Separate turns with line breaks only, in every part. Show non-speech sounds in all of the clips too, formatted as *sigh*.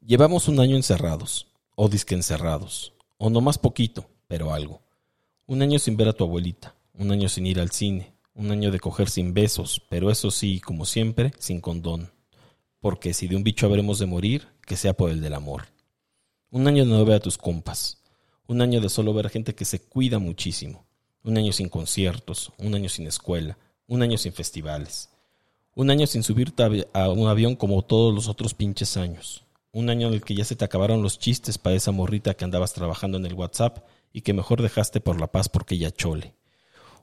Llevamos un año encerrados, o disque encerrados, o no más poquito, pero algo. Un año sin ver a tu abuelita, un año sin ir al cine, un año de coger sin besos, pero eso sí, como siempre, sin condón. Porque si de un bicho habremos de morir, que sea por el del amor. Un año de no ver a tus compas, un año de solo ver gente que se cuida muchísimo, un año sin conciertos, un año sin escuela, un año sin festivales, un año sin subirte a un avión como todos los otros pinches años, un año en el que ya se te acabaron los chistes para esa morrita que andabas trabajando en el WhatsApp y que mejor dejaste por la paz porque ya chole.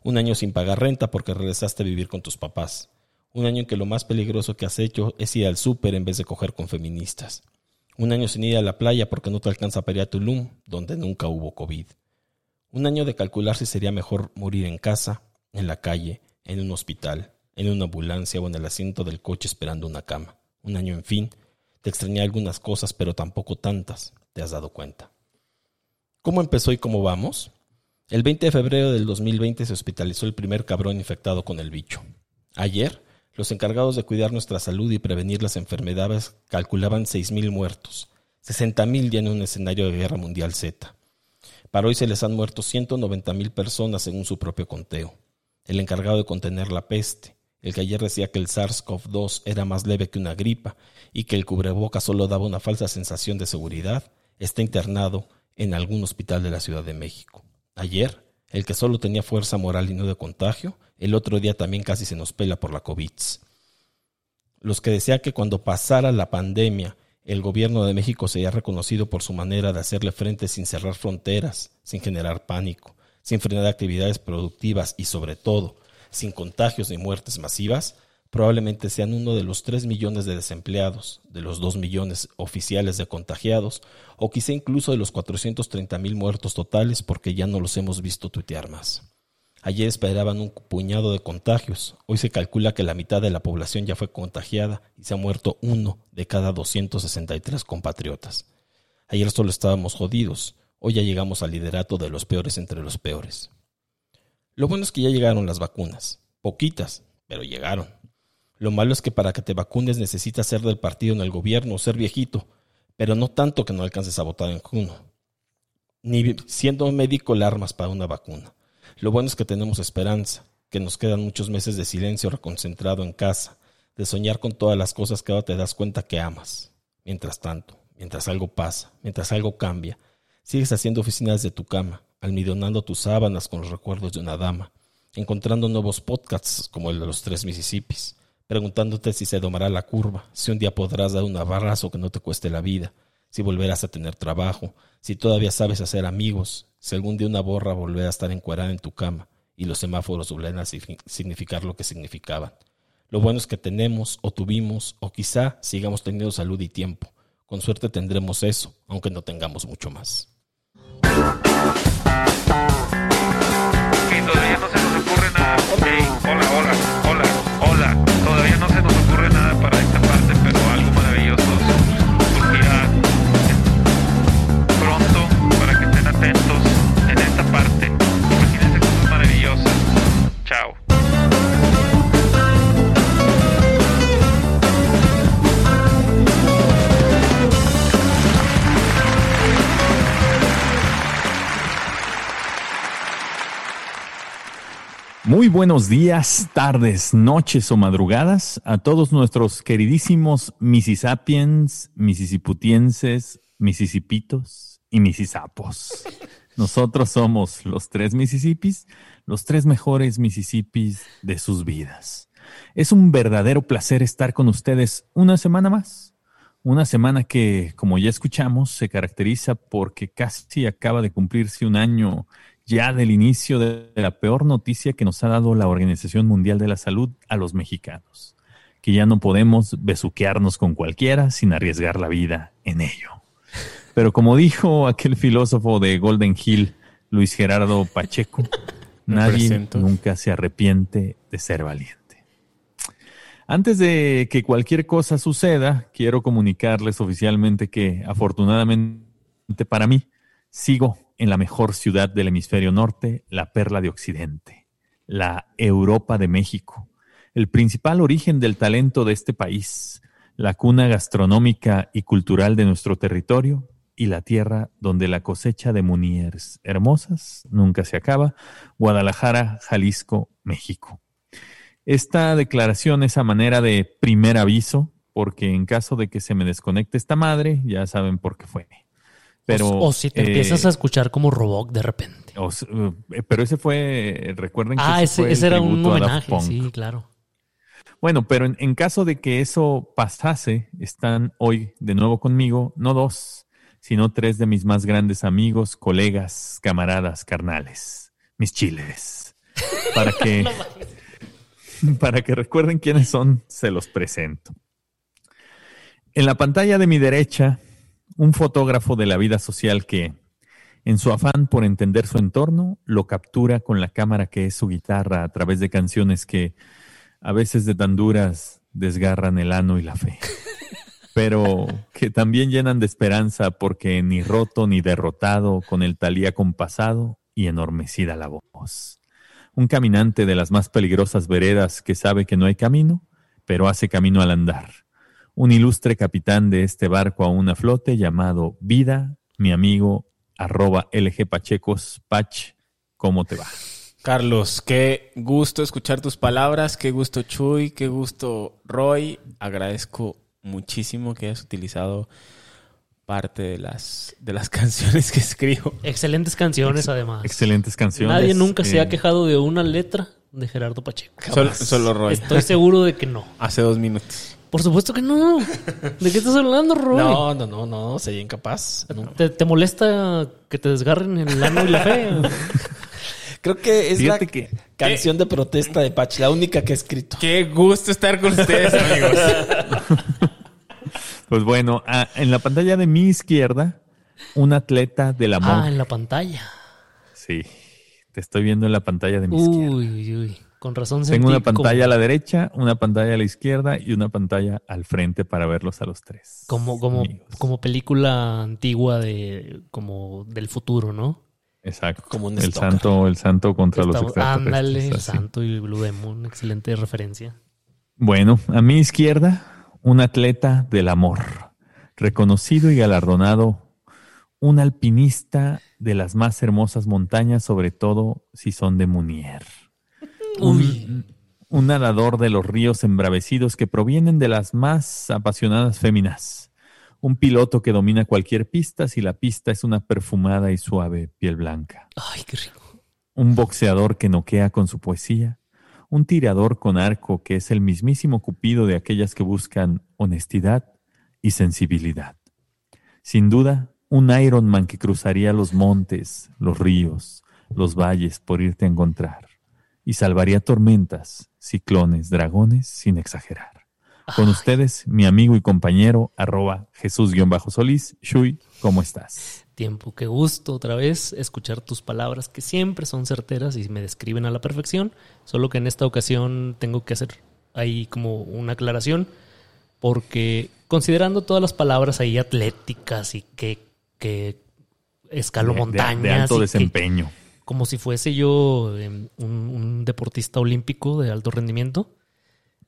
Un año sin pagar renta porque regresaste a vivir con tus papás. Un año en que lo más peligroso que has hecho es ir al súper en vez de coger con feministas. Un año sin ir a la playa porque no te alcanza para ir a Tulum, donde nunca hubo COVID. Un año de calcular si sería mejor morir en casa, en la calle, en un hospital, en una ambulancia o en el asiento del coche esperando una cama. Un año, en fin, te extrañé algunas cosas, pero tampoco tantas, te has dado cuenta. ¿Cómo empezó y cómo vamos? El 20 de febrero del 2020 se hospitalizó el primer cabrón infectado con el bicho. Ayer, los encargados de cuidar nuestra salud y prevenir las enfermedades calculaban 6.000 muertos, 60.000 ya en un escenario de guerra mundial Z. Para hoy se les han muerto 190.000 personas según su propio conteo. El encargado de contener la peste, el que ayer decía que el SARS-CoV-2 era más leve que una gripa y que el cubreboca solo daba una falsa sensación de seguridad, está internado en algún hospital de la Ciudad de México. Ayer, el que solo tenía fuerza moral y no de contagio, el otro día también casi se nos pela por la COVID. Los que decía que cuando pasara la pandemia, el gobierno de México sería reconocido por su manera de hacerle frente sin cerrar fronteras, sin generar pánico, sin frenar actividades productivas y sobre todo, sin contagios ni muertes masivas, probablemente sean uno de los 3 millones de desempleados, de los 2 millones oficiales de contagiados, o quizá incluso de los 430 mil muertos totales porque ya no los hemos visto tuitear más. Ayer esperaban un puñado de contagios, hoy se calcula que la mitad de la población ya fue contagiada y se ha muerto uno de cada 263 compatriotas. Ayer solo estábamos jodidos, hoy ya llegamos al liderato de los peores entre los peores. Lo bueno es que ya llegaron las vacunas. Poquitas, pero llegaron. Lo malo es que para que te vacunes necesitas ser del partido en el gobierno o ser viejito, pero no tanto que no alcances a votar en junio. Ni siendo médico armas para una vacuna. Lo bueno es que tenemos esperanza, que nos quedan muchos meses de silencio reconcentrado en casa, de soñar con todas las cosas que ahora te das cuenta que amas. Mientras tanto, mientras algo pasa, mientras algo cambia, sigues haciendo oficinas de tu cama, almidonando tus sábanas con los recuerdos de una dama, encontrando nuevos podcasts como el de los tres Mississippis, preguntándote si se domará la curva, si un día podrás dar un abrazo que no te cueste la vida, si volverás a tener trabajo, si todavía sabes hacer amigos, si algún día una borra volverá a estar encuerada en tu cama y los semáforos volverán a significar lo que significaban. Lo bueno es que tenemos o tuvimos o quizá sigamos teniendo salud y tiempo. Con suerte tendremos eso, aunque no tengamos mucho más.
Ok, todavía no se nos ocurre nada. Ok, hola, hola, hola, hola. Todavía no se nos ocurre nada para esta parte, pero algo maravilloso surgirá pronto para que estén atentos en esta parte. Imagínense cosas maravillosas. Chao.
Muy buenos días, tardes, noches o madrugadas a todos nuestros queridísimos Mississappiens, Mississiputienses, Mississippitos y Mississapos. Nosotros somos los tres Mississippis, los tres mejores Mississippis de sus vidas. Es un verdadero placer estar con ustedes una semana más. Una semana que, como ya escuchamos, se caracteriza porque casi acaba de cumplirse un año ya del inicio de la peor noticia que nos ha dado la Organización Mundial de la Salud a los mexicanos, que ya no podemos besuquearnos con cualquiera sin arriesgar la vida en ello. Pero como dijo aquel filósofo de Golden Hill, Luis Gerardo Pacheco, nadie
presento.
nunca se arrepiente de ser valiente. Antes de que cualquier cosa suceda, quiero comunicarles oficialmente que afortunadamente para mí, sigo en la mejor ciudad del hemisferio norte, la perla de Occidente, la Europa de México, el principal origen del talento de este país, la cuna gastronómica y cultural de nuestro territorio y la tierra donde la cosecha de munieres hermosas nunca se acaba, Guadalajara, Jalisco, México. Esta declaración es a manera de primer aviso, porque en caso de que se me desconecte esta madre, ya saben por qué fue. Pero,
Pues, o, o si te
eh,
empiezas a escuchar como Roboc de repente.
o s- eh, pero ese fue, eh, recuerden que
Ah, ese,
fue el
ese era un
tributo a Daft
homenaje,
Punk.
sí, claro.
Bueno, pero en, en caso de que eso pasase, están hoy de nuevo conmigo, no dos, sino tres de mis más grandes amigos, colegas, camaradas, carnales, mis chiles. Para que, para que recuerden quiénes son, se los presento. En la pantalla de mi derecha, un fotógrafo de la vida social que, en su afán por entender su entorno, lo captura con la cámara que es su guitarra a través de canciones que a veces de tan duras desgarran el ano y la fe, pero que también llenan de esperanza porque ni roto ni derrotado, con el talía compasado y enormecida la voz. Un caminante de las más peligrosas veredas que sabe que no hay camino, pero hace camino al andar. Un ilustre capitán de este barco a una flote llamado Vida, mi amigo, arroba LG Pachecos, Pach, ¿cómo te va?
Carlos, qué gusto escuchar tus palabras, qué gusto Chuy, qué gusto Roy. Agradezco muchísimo que hayas utilizado parte de las, de las *laughs* canciones que escribo.
Excelentes canciones, además.
Excelentes canciones.
Nadie nunca se
Eh,
ha quejado de una letra de Gerardo Pacheco.
Solo, solo Roy.
Estoy seguro de que no.
Hace dos minutos.
Por supuesto que no. ¿De qué estás hablando, Roy?
No, no, no, no, sería incapaz. No.
¿Te, te molesta que te desgarren el ano y la
*laughs*
fe?
Creo que es
Fíjate
la
que- eh,
canción de protesta de Patch, la única que he escrito.
Qué gusto estar con *laughs* ustedes, amigos.
Pues bueno, ah, en la pantalla de mi izquierda, un atleta del amor.
Ah, en la pantalla.
Sí, te estoy viendo en la pantalla de mi izquierda.
Uy, uy, uy. Con razón Uh, sentí
Tengo una
como-
pantalla a la derecha, una pantalla a la izquierda y una pantalla al frente para verlos a los tres.
Como, como,
amigos.
como película antigua de como del futuro, ¿no?
Exacto.
como un
el
stalker.
santo, el santo contra los
Estaba-
extraterrestres.
ándale, el
así.
Santo y Blue Demon, excelente referencia.
Bueno, a mi izquierda, un atleta del amor, reconocido y galardonado, un alpinista de las más hermosas montañas, sobre todo si son de Munier. Un, un nadador de los ríos embravecidos que provienen de las más apasionadas féminas. Un piloto que domina cualquier pista si la pista es una perfumada y suave piel blanca
Ay, qué rico.
un boxeador que noquea con su poesía, un tirador con arco que es el mismísimo cupido de aquellas que buscan honestidad y sensibilidad. Sin duda, un Ironman que cruzaría los montes, los ríos, los valles por irte a encontrar y salvaría tormentas, ciclones, dragones, sin exagerar. Con ustedes, mi amigo y compañero, arroba Jesús-Solís, Shui, ¿cómo estás?
Tiempo, qué gusto otra vez escuchar tus palabras que siempre son certeras y me describen a la perfección. Solo que en esta ocasión tengo que hacer ahí como una aclaración, porque considerando todas las palabras ahí atléticas y que, que escalo
De- de-
montañas.
De, alto
y que-
desempeño.
como si fuese yo eh, un, un deportista olímpico de alto rendimiento.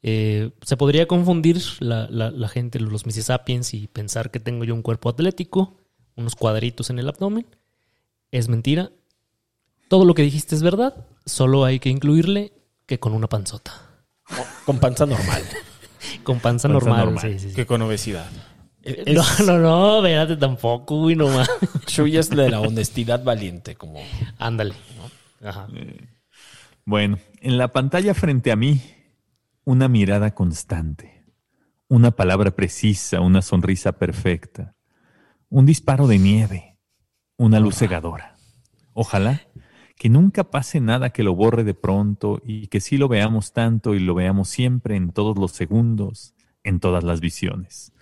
Eh, se podría confundir la, la- la gente, los misisapiens, y pensar que tengo yo un cuerpo atlético, unos cuadritos en el abdomen. Es mentira. Todo lo que dijiste es verdad, solo hay que incluirle que con una panzota.
Con panza *laughs* normal.
Con
Panza
panza, normal.
normal.
sí, sí, sí.
Que con obesidad.
Es-
No, no, no, espérate tampoco, uy, no
*laughs*
más.
Shui es la de la honestidad valiente, como
Ándale. Ajá.
Bueno, en la pantalla frente a mí, una mirada constante, una palabra precisa, una sonrisa perfecta, un disparo de nieve, una luz cegadora. Ojalá que nunca pase nada que lo borre de pronto y que sí lo veamos tanto y lo veamos siempre en todos los segundos, en todas las visiones.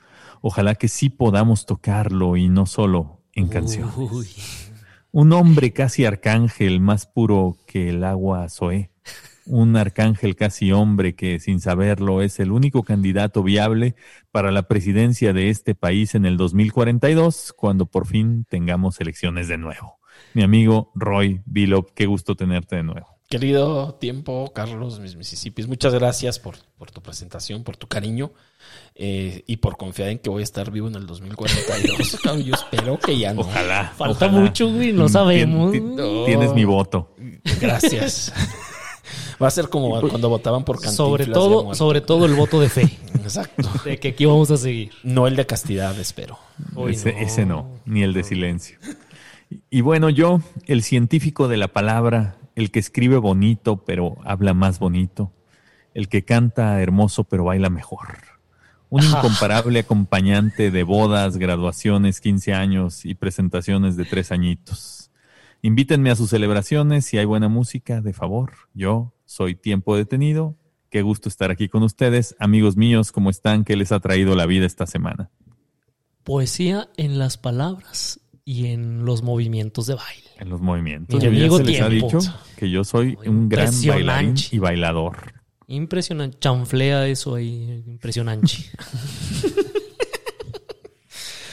Ojalá que sí podamos tocarlo y no solo
Uh.
en canciones.
Uy.
Un hombre casi arcángel, más puro que el agua Zoé. Un arcángel casi hombre que, sin saberlo, es el único candidato viable para la presidencia de este país en el 2042, cuando por fin tengamos elecciones de nuevo. Mi amigo Roy Bilop, qué gusto tenerte de nuevo.
Querido tiempo, Carlos, mis Mississippis, muchas gracias por, por tu presentación, por tu cariño eh, y por confiar en que voy a estar vivo en el *laughs* 2042. cabrón. Yo espero que ya no.
Ojalá.
Falta
ojalá.
mucho, güey, no
Tien-
sabemos.
ti- Tienes mi voto.
Gracias. Va a ser como cuando votaban por Cantinflas.
Sobre
ya
todo,
muerto.
sobre todo el voto de fe,
Exacto.
*laughs* de que aquí vamos a seguir.
No el de castidad, espero.
Hoy
ese, ese no, ni el de silencio. Y- Y bueno, yo, el científico de la palabra, el que escribe bonito pero habla más bonito, el que canta hermoso pero baila mejor, un incomparable acompañante de bodas, graduaciones, 15 años y presentaciones de tres añitos. Invítenme a sus celebraciones si hay buena música, de favor. Yo soy Tiempo Detenido. Qué gusto estar aquí con ustedes. Amigos míos, ¿cómo están? ¿Qué les ha traído la vida esta semana?
Poesía en las palabras y en los movimientos de baile.
en los movimientos.
Mi
Yo ya
amigo
se les ha
tiempo.
dicho que yo soy un gran
Impresionante.
bailarín y bailador.
Impresionante. Chanflea eso ahí. *laughs* Impresionante.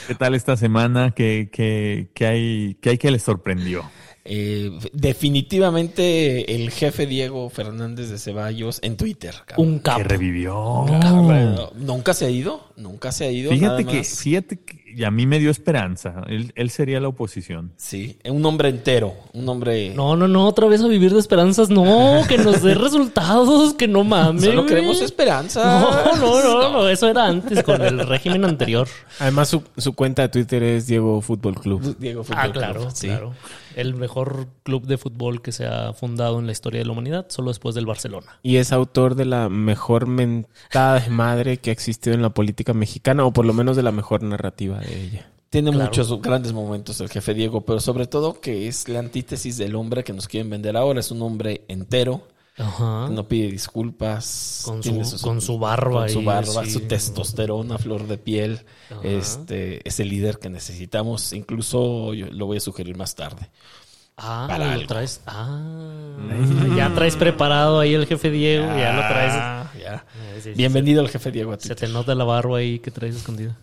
¿Qué tal esta semana? ¿Qué, qué- qué hay, qué hay que les sorprendió?
Eh, definitivamente el jefe Diego Fernández de Ceballos en Twitter. cabrón.
Un capo.
Que revivió.
Cabrón. Nunca se ha ido, nunca se ha ido.
Fíjate
nada
que,
más.
fíjate que- y a mí me dio esperanza. Él, él sería la oposición.
Sí, un hombre entero, un hombre...
No, no, no. Otra vez a vivir de esperanzas. No, que nos dé resultados. Que no mames.
Solo
güey.
queremos esperanza.
No, no, no, no. Eso era antes con el régimen anterior.
Además, su, su cuenta de Twitter es Diego Fútbol Club.
*laughs* Diego Fútbol
*laughs* Ah,
Club,
claro,
sí.
claro. El mejor club de fútbol que se ha fundado en la historia de la humanidad, solo después del Barcelona.
Y es autor de la mejor mentada de madre que ha existido en la política mexicana, o por lo menos de la mejor narrativa de ella.
Tiene
Claro.
muchos grandes momentos el jefe Diego, pero sobre todo que es la antítesis del hombre que nos quieren vender ahora. Es un hombre entero,
Ajá.
no pide disculpas.
Con
tiene
su- con su barba
Con su
y
barba,
así.
su testosterona, flor de piel.
Ajá.
Este Es el líder que necesitamos. Incluso yo lo voy a sugerir más tarde.
Ah,
para
lo
algo.
traes. Ah, ya traes preparado ahí el jefe Diego, ya lo traes. Eh,
Ah, ya.
Sí, sí, sí.
Bienvenido al jefe Diego a
Se
Twitter.
te nota la barba ahí que traes escondida.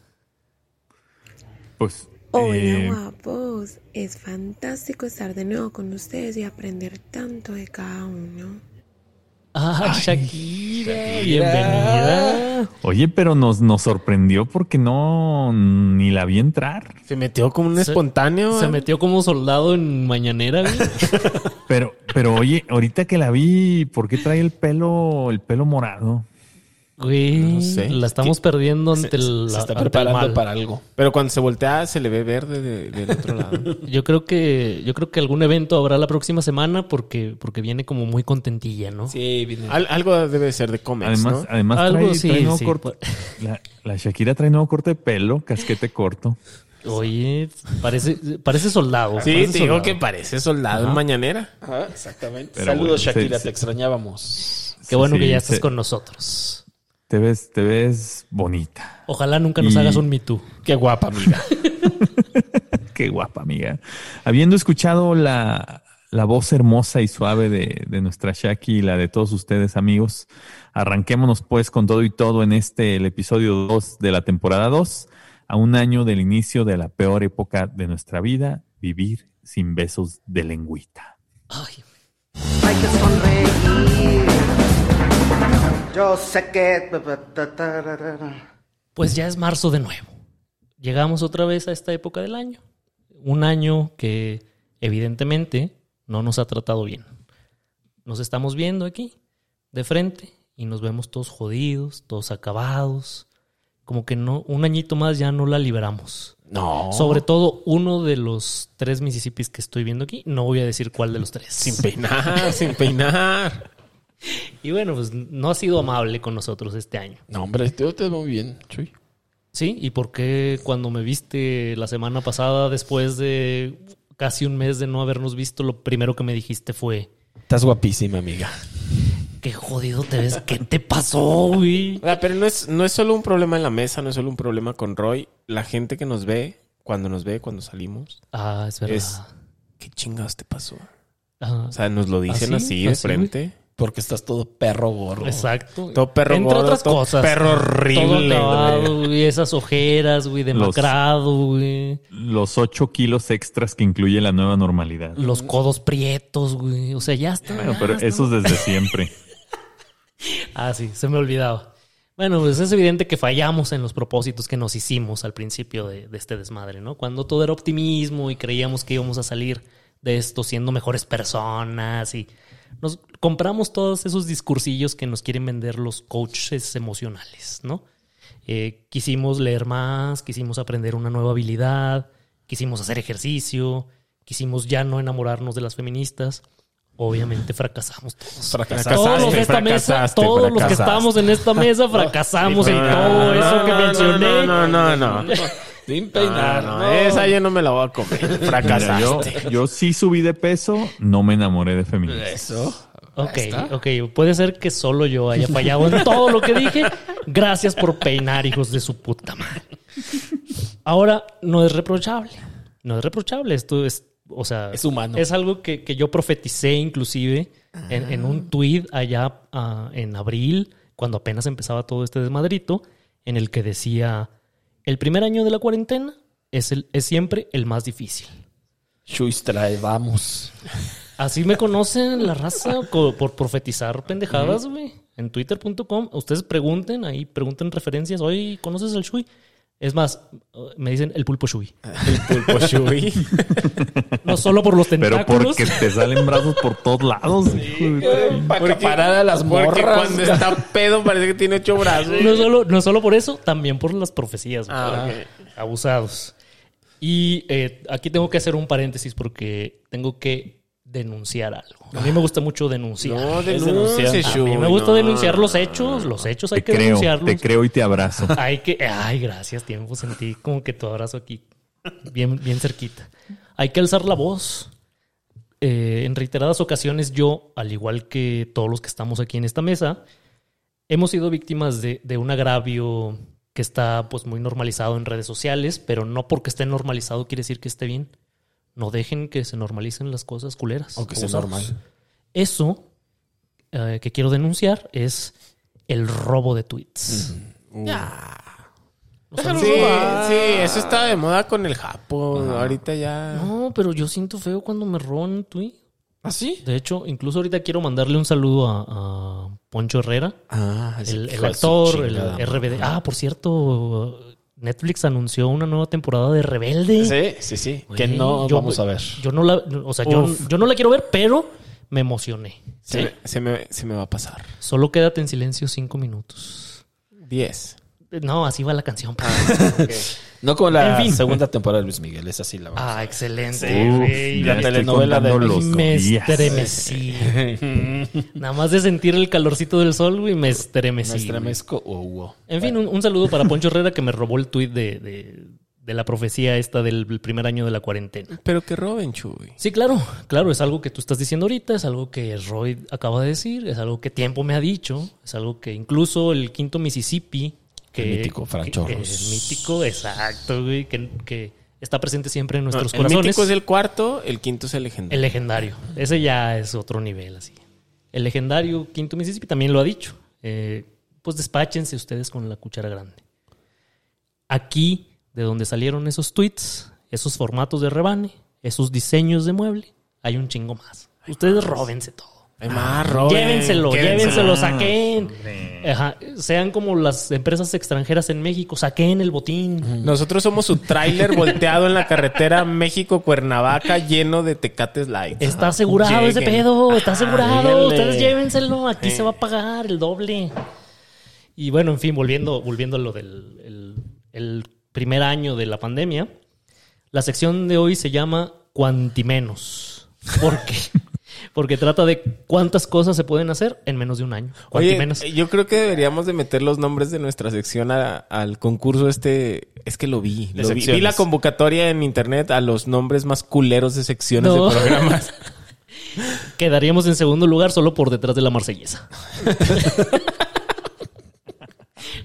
Pues
Hola
eh,
guapos, es fantástico estar de nuevo con ustedes y aprender tanto de cada uno.
Ah, Shakira, bienvenida.
oye, pero nos, nos sorprendió porque no ni la vi entrar.
Se metió como un
Se-
espontáneo. ¿eh?
Se metió como soldado en mañanera. güey.
Pero, pero oye, ahorita que la vi, ¿por qué trae el pelo, el pelo morado?
Güey,
No sé.
la estamos perdiendo
Se,
ante el
se está
ante el
preparando
mal.
para algo.
Pero cuando se voltea, se le ve verde de- del otro lado.
Yo creo que yo creo que algún evento habrá la próxima semana porque porque viene como muy contentilla,
*laughs*
¿no?
Sí, viene.
Al- algo debe ser de cómics,
Además,
¿no?
además
Algo
trae,
sí,
trae nuevo
sí,
corte. *laughs* La, la Shakira trae nuevo corte de pelo, casquete corto.
Oye, parece parece soldado.
Sí,
parece
te digo
soldado.
que parece soldado en mañanera.
Ajá, exactamente.
Pero
Saludos,
bueno,
Shakira,
sí,
te
sí.
extrañábamos.
*laughs* Qué bueno
Sí,
que ya
sí,
estás
se-
con nosotros.
Te ves, te ves bonita.
Ojalá nunca nos
Y-
hagas un Me Too.
Qué guapa, amiga.
Qué guapa, amiga. Habiendo escuchado la, la voz hermosa y suave de, de nuestra Shaki y la de todos ustedes, amigos, arranquémonos pues con todo y todo en este, el episodio 2 de la temporada 2, a un año del inicio de la peor época de nuestra vida, vivir sin besos de lengüita.
Ay,
Hay que sonreír. Yo sé que. ta-ta-ta-ra-ra.
pues ya es marzo de nuevo. Llegamos otra vez a esta época del año. Un año que evidentemente no nos ha tratado bien. Nos estamos viendo aquí de frente y nos vemos todos jodidos, todos acabados. Como que no, un añito más ya no la liberamos.
No.
Sobre todo uno de los tres Mississippis que estoy viendo aquí. No voy a decir cuál de los tres.
Sin peinar, *laughs* sin peinar.
Y bueno, pues no ha sido amable con nosotros este año.
No, hombre, yo te veo bien, Chuy.
Sí, ¿y por qué cuando me viste la semana pasada, después de casi un mes de no habernos visto, lo primero que me dijiste fue,
Estás guapísima, amiga.
qué jodido te ves, ¿qué te pasó, güey?
O sea, Ah, pero no es, no es solo un problema en la mesa, no es solo un problema con Roy. La gente que nos ve, cuando nos ve, cuando salimos,
Ah, es verdad. Ah,
es. ¿Qué chingados te pasó?
Ajá.
O sea, nos lo
¿Así?
dicen
¿Ah,
así, de
¿Así,
frente.
Porque estás todo perro gordo.
Exacto.
Todo perro
Entre
gordo,
otras
todo
cosas.
perro horrible,
Todo acabado, güey. Esas ojeras, güey, demacrado, güey.
Los 8 kilos extras que incluye la nueva normalidad.
Los codos prietos, güey. O sea, ya está.
Bueno,
ya
pero
está.
eso es desde siempre.
Ah, sí, se me olvidaba. Bueno, pues es evidente que fallamos en los propósitos que nos hicimos al principio de, de este desmadre, ¿no? Cuando todo era optimismo y creíamos que íbamos a salir de esto siendo mejores personas y nos compramos todos esos discursillos que nos quieren vender los coaches emocionales, ¿no? Eh, quisimos leer más, quisimos aprender una nueva habilidad, quisimos hacer ejercicio, quisimos ya no enamorarnos de las feministas. Obviamente fracasamos todos.
Fracasaste,
todos los de esta mesa,
fracasaste,
todos los que
fracasaste.
estábamos en esta
*laughs*
mesa fracasamos en
No,
todo
no,
eso
no,
que
no,
mencioné.
No, no, no, no.
Sin
No,
peinar.
Ah, no,
no.
Esa yo no me la voy
*laughs*
a comer.
Mira, yo,
Fracasaste.
yo sí subí de peso, no me enamoré de feministas.
Eso.
Ok,
Ahí está.
ok. Puede ser que solo yo haya fallado en todo lo que dije. Gracias por peinar, hijos de su puta madre. Ahora, no es reprochable. No es reprochable. Esto es, o sea...
Es humano.
Es algo que, que yo profeticé inclusive en, en un tweet allá ah, en abril, cuando apenas empezaba todo este desmadrito, en el que decía, el primer año de la cuarentena es, el, es siempre el más difícil.
Shustrae, vamos.
Así me conocen la raza co- por profetizar pendejadas, güey. En twitter.com, ustedes pregunten ahí, pregunten referencias. Oye, ¿conoces el Shui? Es más, uh, me dicen el pulpo Shui.
Pulpo Shui.
*laughs* No solo por los
Pero
tentáculos.
porque te salen brazos por todos lados. hijo de-
Para acaparar a las
Porque
morras.
cuando está pedo parece que tiene ocho brazos.
No solo, no solo por eso, también por las profecías. güey.
Ah,
Abusados. Y eh, aquí tengo que hacer un paréntesis porque tengo que denunciar algo. A mí me gusta mucho denunciar.
No
denuncia.
denuncies,
A mí
Shui,
me gusta
no.
denunciar los hechos. Los hechos hay
Te
que
creo,
denunciarlos.
te creo y te abrazo.
Hay que, ay, gracias, tiempo. Sentí como que tu abrazo aquí, bien, bien cerquita. Hay que alzar la voz. Eh, en reiteradas ocasiones, yo, al igual que todos los que estamos aquí en esta mesa, hemos sido víctimas de, de un agravio que está pues muy normalizado en redes sociales, pero no porque esté normalizado quiere decir que esté bien. No dejen que se normalicen las cosas culeras.
Aunque sea
Abusados.
normal.
Eso eh, que quiero denunciar es el robo de tweets.
Mm. Uh.
O sea,
Sí, sí, eso está de moda con el Japo. Ahorita ya.
No, pero yo siento feo cuando me roban un tweet.
¿Ah, sí?
De hecho, incluso ahorita quiero mandarle un saludo a, a Poncho Herrera,
Ah, ese
el, el
hijo de su
actor, el
chingada madre.
RBD. Ah, por cierto, Netflix anunció una nueva temporada de Rebelde.
Sí, sí, sí.
Güey,
Que no
yo-
vamos a ver.
Yo no la, o sea, yo,
Uf.
yo no la quiero ver, pero me emocioné.
Se, me, se, me, se me va a pasar.
Solo quédate en silencio cinco minutos.
Diez.
No, así va la canción. pues.
No con la
En fin.
segunda temporada de Luis Miguel, esa sí la vamos.
Ah, excelente.
Uf,
güey.
ya
la
estoy
telenovela de-
contando los
me
días.
estremecí. Nada más de sentir el calorcito del sol, güey, me estremecí.
Me estremezco o hubo.
En fin, un, un saludo para Poncho Herrera que me robó el tuit de, de- de la profecía esta del primer año de la cuarentena.
Pero que roben, Chuy.
Sí, claro, claro, es algo que tú estás diciendo ahorita, es algo que Roy acaba de decir, es algo que tiempo me ha dicho, es algo que incluso el quinto Mississippi, que
El mítico Fran
que-
Chorros.
el mítico, exacto, güey, que, que está presente siempre en
No,
nuestros
el
corazones.
mítico es el cuarto, el quinto es el legendario.
El legendario. Ese ya es otro nivel, así. El legendario Quinto Mississippi también lo ha dicho. Eh, pues despáchense ustedes con la cuchara grande. Aquí, de donde salieron esos tweets, esos formatos de rebane, esos diseños de mueble, hay un chingo más. Ustedes róbense todo.
Hay más, roben.
Ah, llévenselo, llévenselo,
quédenselo.
saquen. Ajá, Sean como las empresas extranjeras en México, saquen el botín.
Nosotros somos su tráiler volteado en la carretera México-Cuernavaca lleno de tecates light.
Está asegurado ese
Lleguen.
pedo, está asegurado.
díganle.
Ustedes llévenselo, aquí se va a pagar el doble. Y bueno, en fin, volviendo, volviendo a lo del el- el primer año de la pandemia, la sección de hoy se llama Cuantimenos. ¿Por
*laughs*
qué? Porque trata de cuántas cosas se pueden hacer en menos de un año.
Oye,
Cuantimenos.
yo creo que deberíamos de meter los nombres de nuestra sección a- al concurso este. Es que lo vi. Lo vi.
secciones.
Vi la convocatoria en internet a los nombres más culeros de secciones
No.
de programas.
*laughs* Quedaríamos
*laughs*
en segundo lugar solo por detrás de la marsellesa.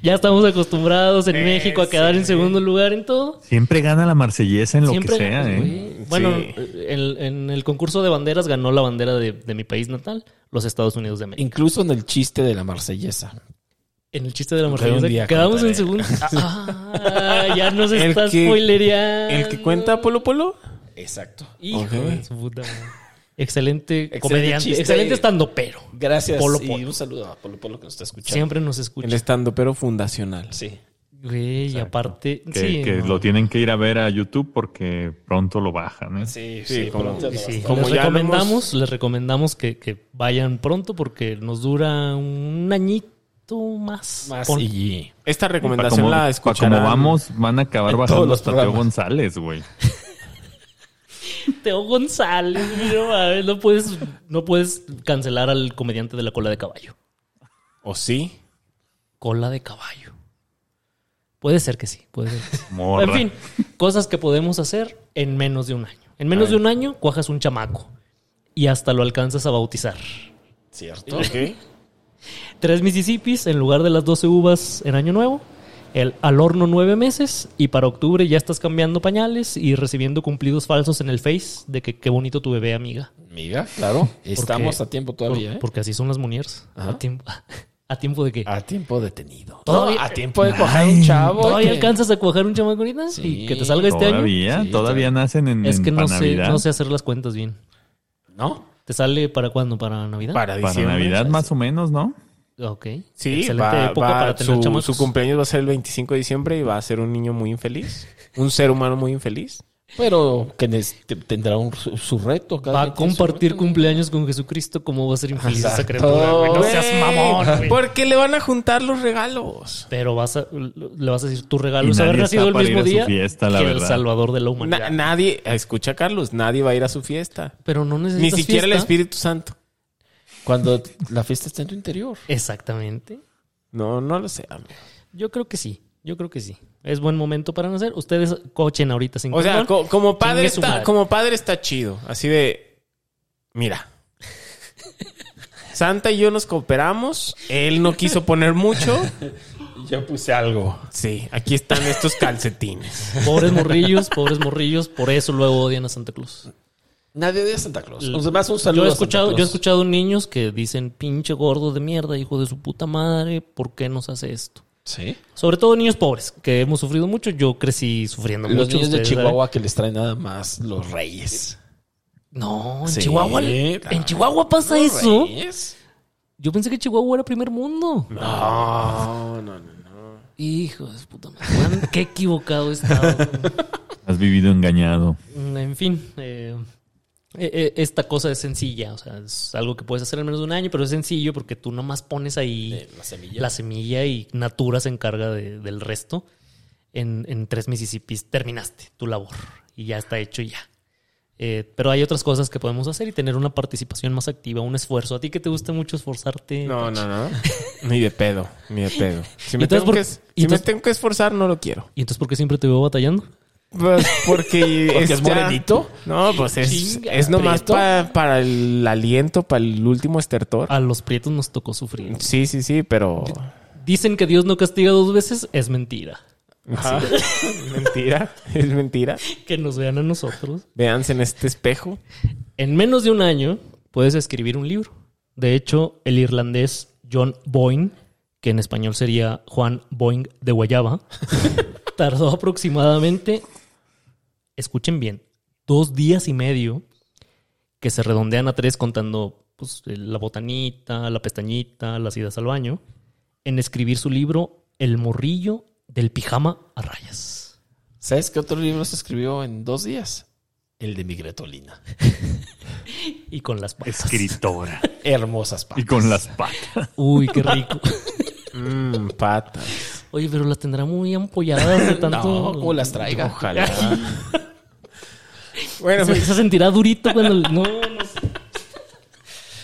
Ya estamos acostumbrados en México a quedar en segundo lugar en todo.
Siempre gana la marsellesa en lo
Siempre
que sea,
ganas,
¿eh?
güey. Bueno,
Sí.
en, en el concurso de banderas ganó la bandera de, de mi país natal, los Estados Unidos de América.
Incluso en el chiste de la marsellesa.
En el chiste de la
Pero un día
Marsella quedamos
contaré.
en segundo. Ah, ya nos
El
está
que-
spoilereando.
¿El que cuenta Polo Polo?
Exacto.
Hijo
Ok.
de su puta madre. Excelente,
Excelente
comediante,
chiste.
excelente estando pero.
Gracias.
Polo
y
Polo.
un saludo a Polo Polo que nos está escuchando.
Siempre nos
El
escucha.
estando pero fundacional.
Sí.
Güey, y aparte,
Que,
sí,
que
no.
lo tienen que ir a ver a YouTube porque pronto lo bajan. ¿eh?
Sí,
Sí, como-
pronto lo vas a
Sí,
Como
les
ya lo
recomendamos,
hemos-
les recomendamos que, que vayan pronto porque nos dura un añito más.
Más
Pon-
y-
Esta
Para
recomendación
como,
la
pa'
escucharán.
como vamos, van a acabar
en
bajando
todos los
hasta Teo
programas.
González, güey.
*laughs* Teo González, no, mames, no puedes, no puedes cancelar al comediante de la cola de caballo.
¿O sí?
Cola de caballo. Puede ser que sí, puede ser que sí.
*laughs* Morra.
En fin, cosas que podemos hacer en menos de un año. En menos de un año cuajas un chamaco y hasta lo alcanzas a bautizar.
Cierto.
Ok.
Tres Mississippis en lugar de las 12 uvas en año nuevo. El, al horno nueve meses y para octubre ya estás cambiando pañales y recibiendo cumplidos falsos en el face de que qué bonito tu bebé, amiga.
Amiga, claro. Estamos
Porque-
a tiempo todavía,
Por-
¿eh?
Porque así son las Muniers. A tiempo, *laughs* a tiempo de que
Ah,
A tiempo detenido.
Todavía-
No, a tiempo de coger un chavo.
todavía
que-
alcanzas a cuajar un chamaco ahorita y
Sí,
que te salga este año.
todavía,
Sí,
todavía
todavía.
nacen en,
Es que
en pa'
no sé,
Navidad.
no sé hacer las cuentas bien.
¿No?
¿Te sale para cuándo? ¿Para Navidad?
Para
Para
diciembre.
Navidad más o menos, ¿no?
Ok.
Sí,
Excelente
va-
época
va-
para tener
su,
chamacos.
su cumpleaños va a ser el 25 de diciembre y va a ser un niño muy infeliz. Un ser humano muy infeliz.
Pero que nes- te- tendrá un, su, su reto. cada
Va a
quien tiene su
compartir
reto.
cumpleaños con Jesucristo. ¿Cómo va a ser infeliz esa
Exacto.
criatura, güey? No seas
Güey,
mamón, güey.
Porque le van a juntar los regalos.
Pero vas a, le vas a decir tu
Y
regalo es haber
nadie
nacido
está
el
para ir
mismo
a su
día
fiesta, la
que el
verdad.
salvador de la
Na-
humanidad.
nadie, escucha Carlos, nadie va a ir a su fiesta.
Pero no necesitas
Ni siquiera el
fiesta.
Espíritu Santo.
Cuando la fiesta está en tu interior.
Exactamente.
No, no lo sé. amigo.
Yo creo que sí. Yo creo que sí. Es buen momento para nacer. Ustedes cochen ahorita sin
O sea,
condón.
co- como padre
Chingue su
está,
madre.
como padre está chido. Así de, mira, Santa y yo nos cooperamos. Él no quiso poner mucho.
Yo puse algo.
Sí, aquí están estos
*laughs*
calcetines.
*laughs*
Pobres morrillos, pobres morrillos, por eso luego odian a Santa Claus.
Nadie de Santa Claus.
L-
Además, un
Yo
saludo.
he
a Santa
escuchado,
Claus.
yo he escuchado niños que dicen, pinche gordo de mierda, hijo de su puta madre, ¿por qué nos hace esto?
Sí.
Sobre todo niños pobres, que hemos sufrido mucho. Yo crecí sufriendo
Los
mucho.
niños de
ustedes ¿eh?
Chihuahua que les traen nada más los reyes.
saben. No, en
Sí,
Chihuahua.
cabrón.
En Chihuahua pasa eso.
¿Reyes?
Yo pensé que Chihuahua era primer mundo.
No, no, no.
Hijo de su puta madre. Juan, Qué equivocado he
*laughs*
estado.
Has vivido engañado.
Mm, En fin, eh, eh, eh, esta cosa es sencilla, o sea, es algo que puedes hacer en menos de un año, pero es sencillo porque tú nomás pones ahí
Eh, La semilla.
la semilla y Natura se encarga de- del resto. En, en tres Mississippis terminaste tu labor y ya está hecho y ya. Eh, pero hay otras cosas que podemos hacer y tener una participación más activa, un esfuerzo. A ti que te gusta mucho esforzarte.
No,
Pachi?
no, no. Ni de pedo, ni de pedo. Si me,
Entonces,
tengo,
¿por-
que, si
entonces-
me tengo que esforzar, no lo quiero.
¿Y entonces por qué siempre te veo batallando?
Pues porque,
Porque es
ya-
morenito.
No, pues es,
Chinga,
es nomás
prieto. Ah.
pa- para el aliento, para el último estertor.
A los prietos nos tocó sufrir.
Sí, sí, sí, pero.
Dicen que Dios no castiga dos veces, es mentira.
Ajá. *laughs* mentira, es mentira.
Que nos vean a nosotros.
Véanse en este espejo.
En menos de un año puedes escribir un libro. De hecho, el irlandés John Boyne, que en español sería Juan Boyne de Guayaba, *laughs* tardó aproximadamente, escuchen bien, dos días y medio, que se redondean a tres contando pues, la botanita, la pestañita, las idas al baño, en escribir su libro El morrillo del pijama a rayas.
¿Sabes qué otro libro se escribió en dos días? El de Migretolina.
Y con las patas.
Escritora.
Hermosas
y
papas.
con las patas.
Uy, qué rico.
Mmm, pata.
Oye, pero las tendrá muy ampolladas *laughs* de tanto.
No, como las traiga.
Ojalá. bueno,
Se,
pues,
se sentirá durito cuando. No, no sé.
*laughs*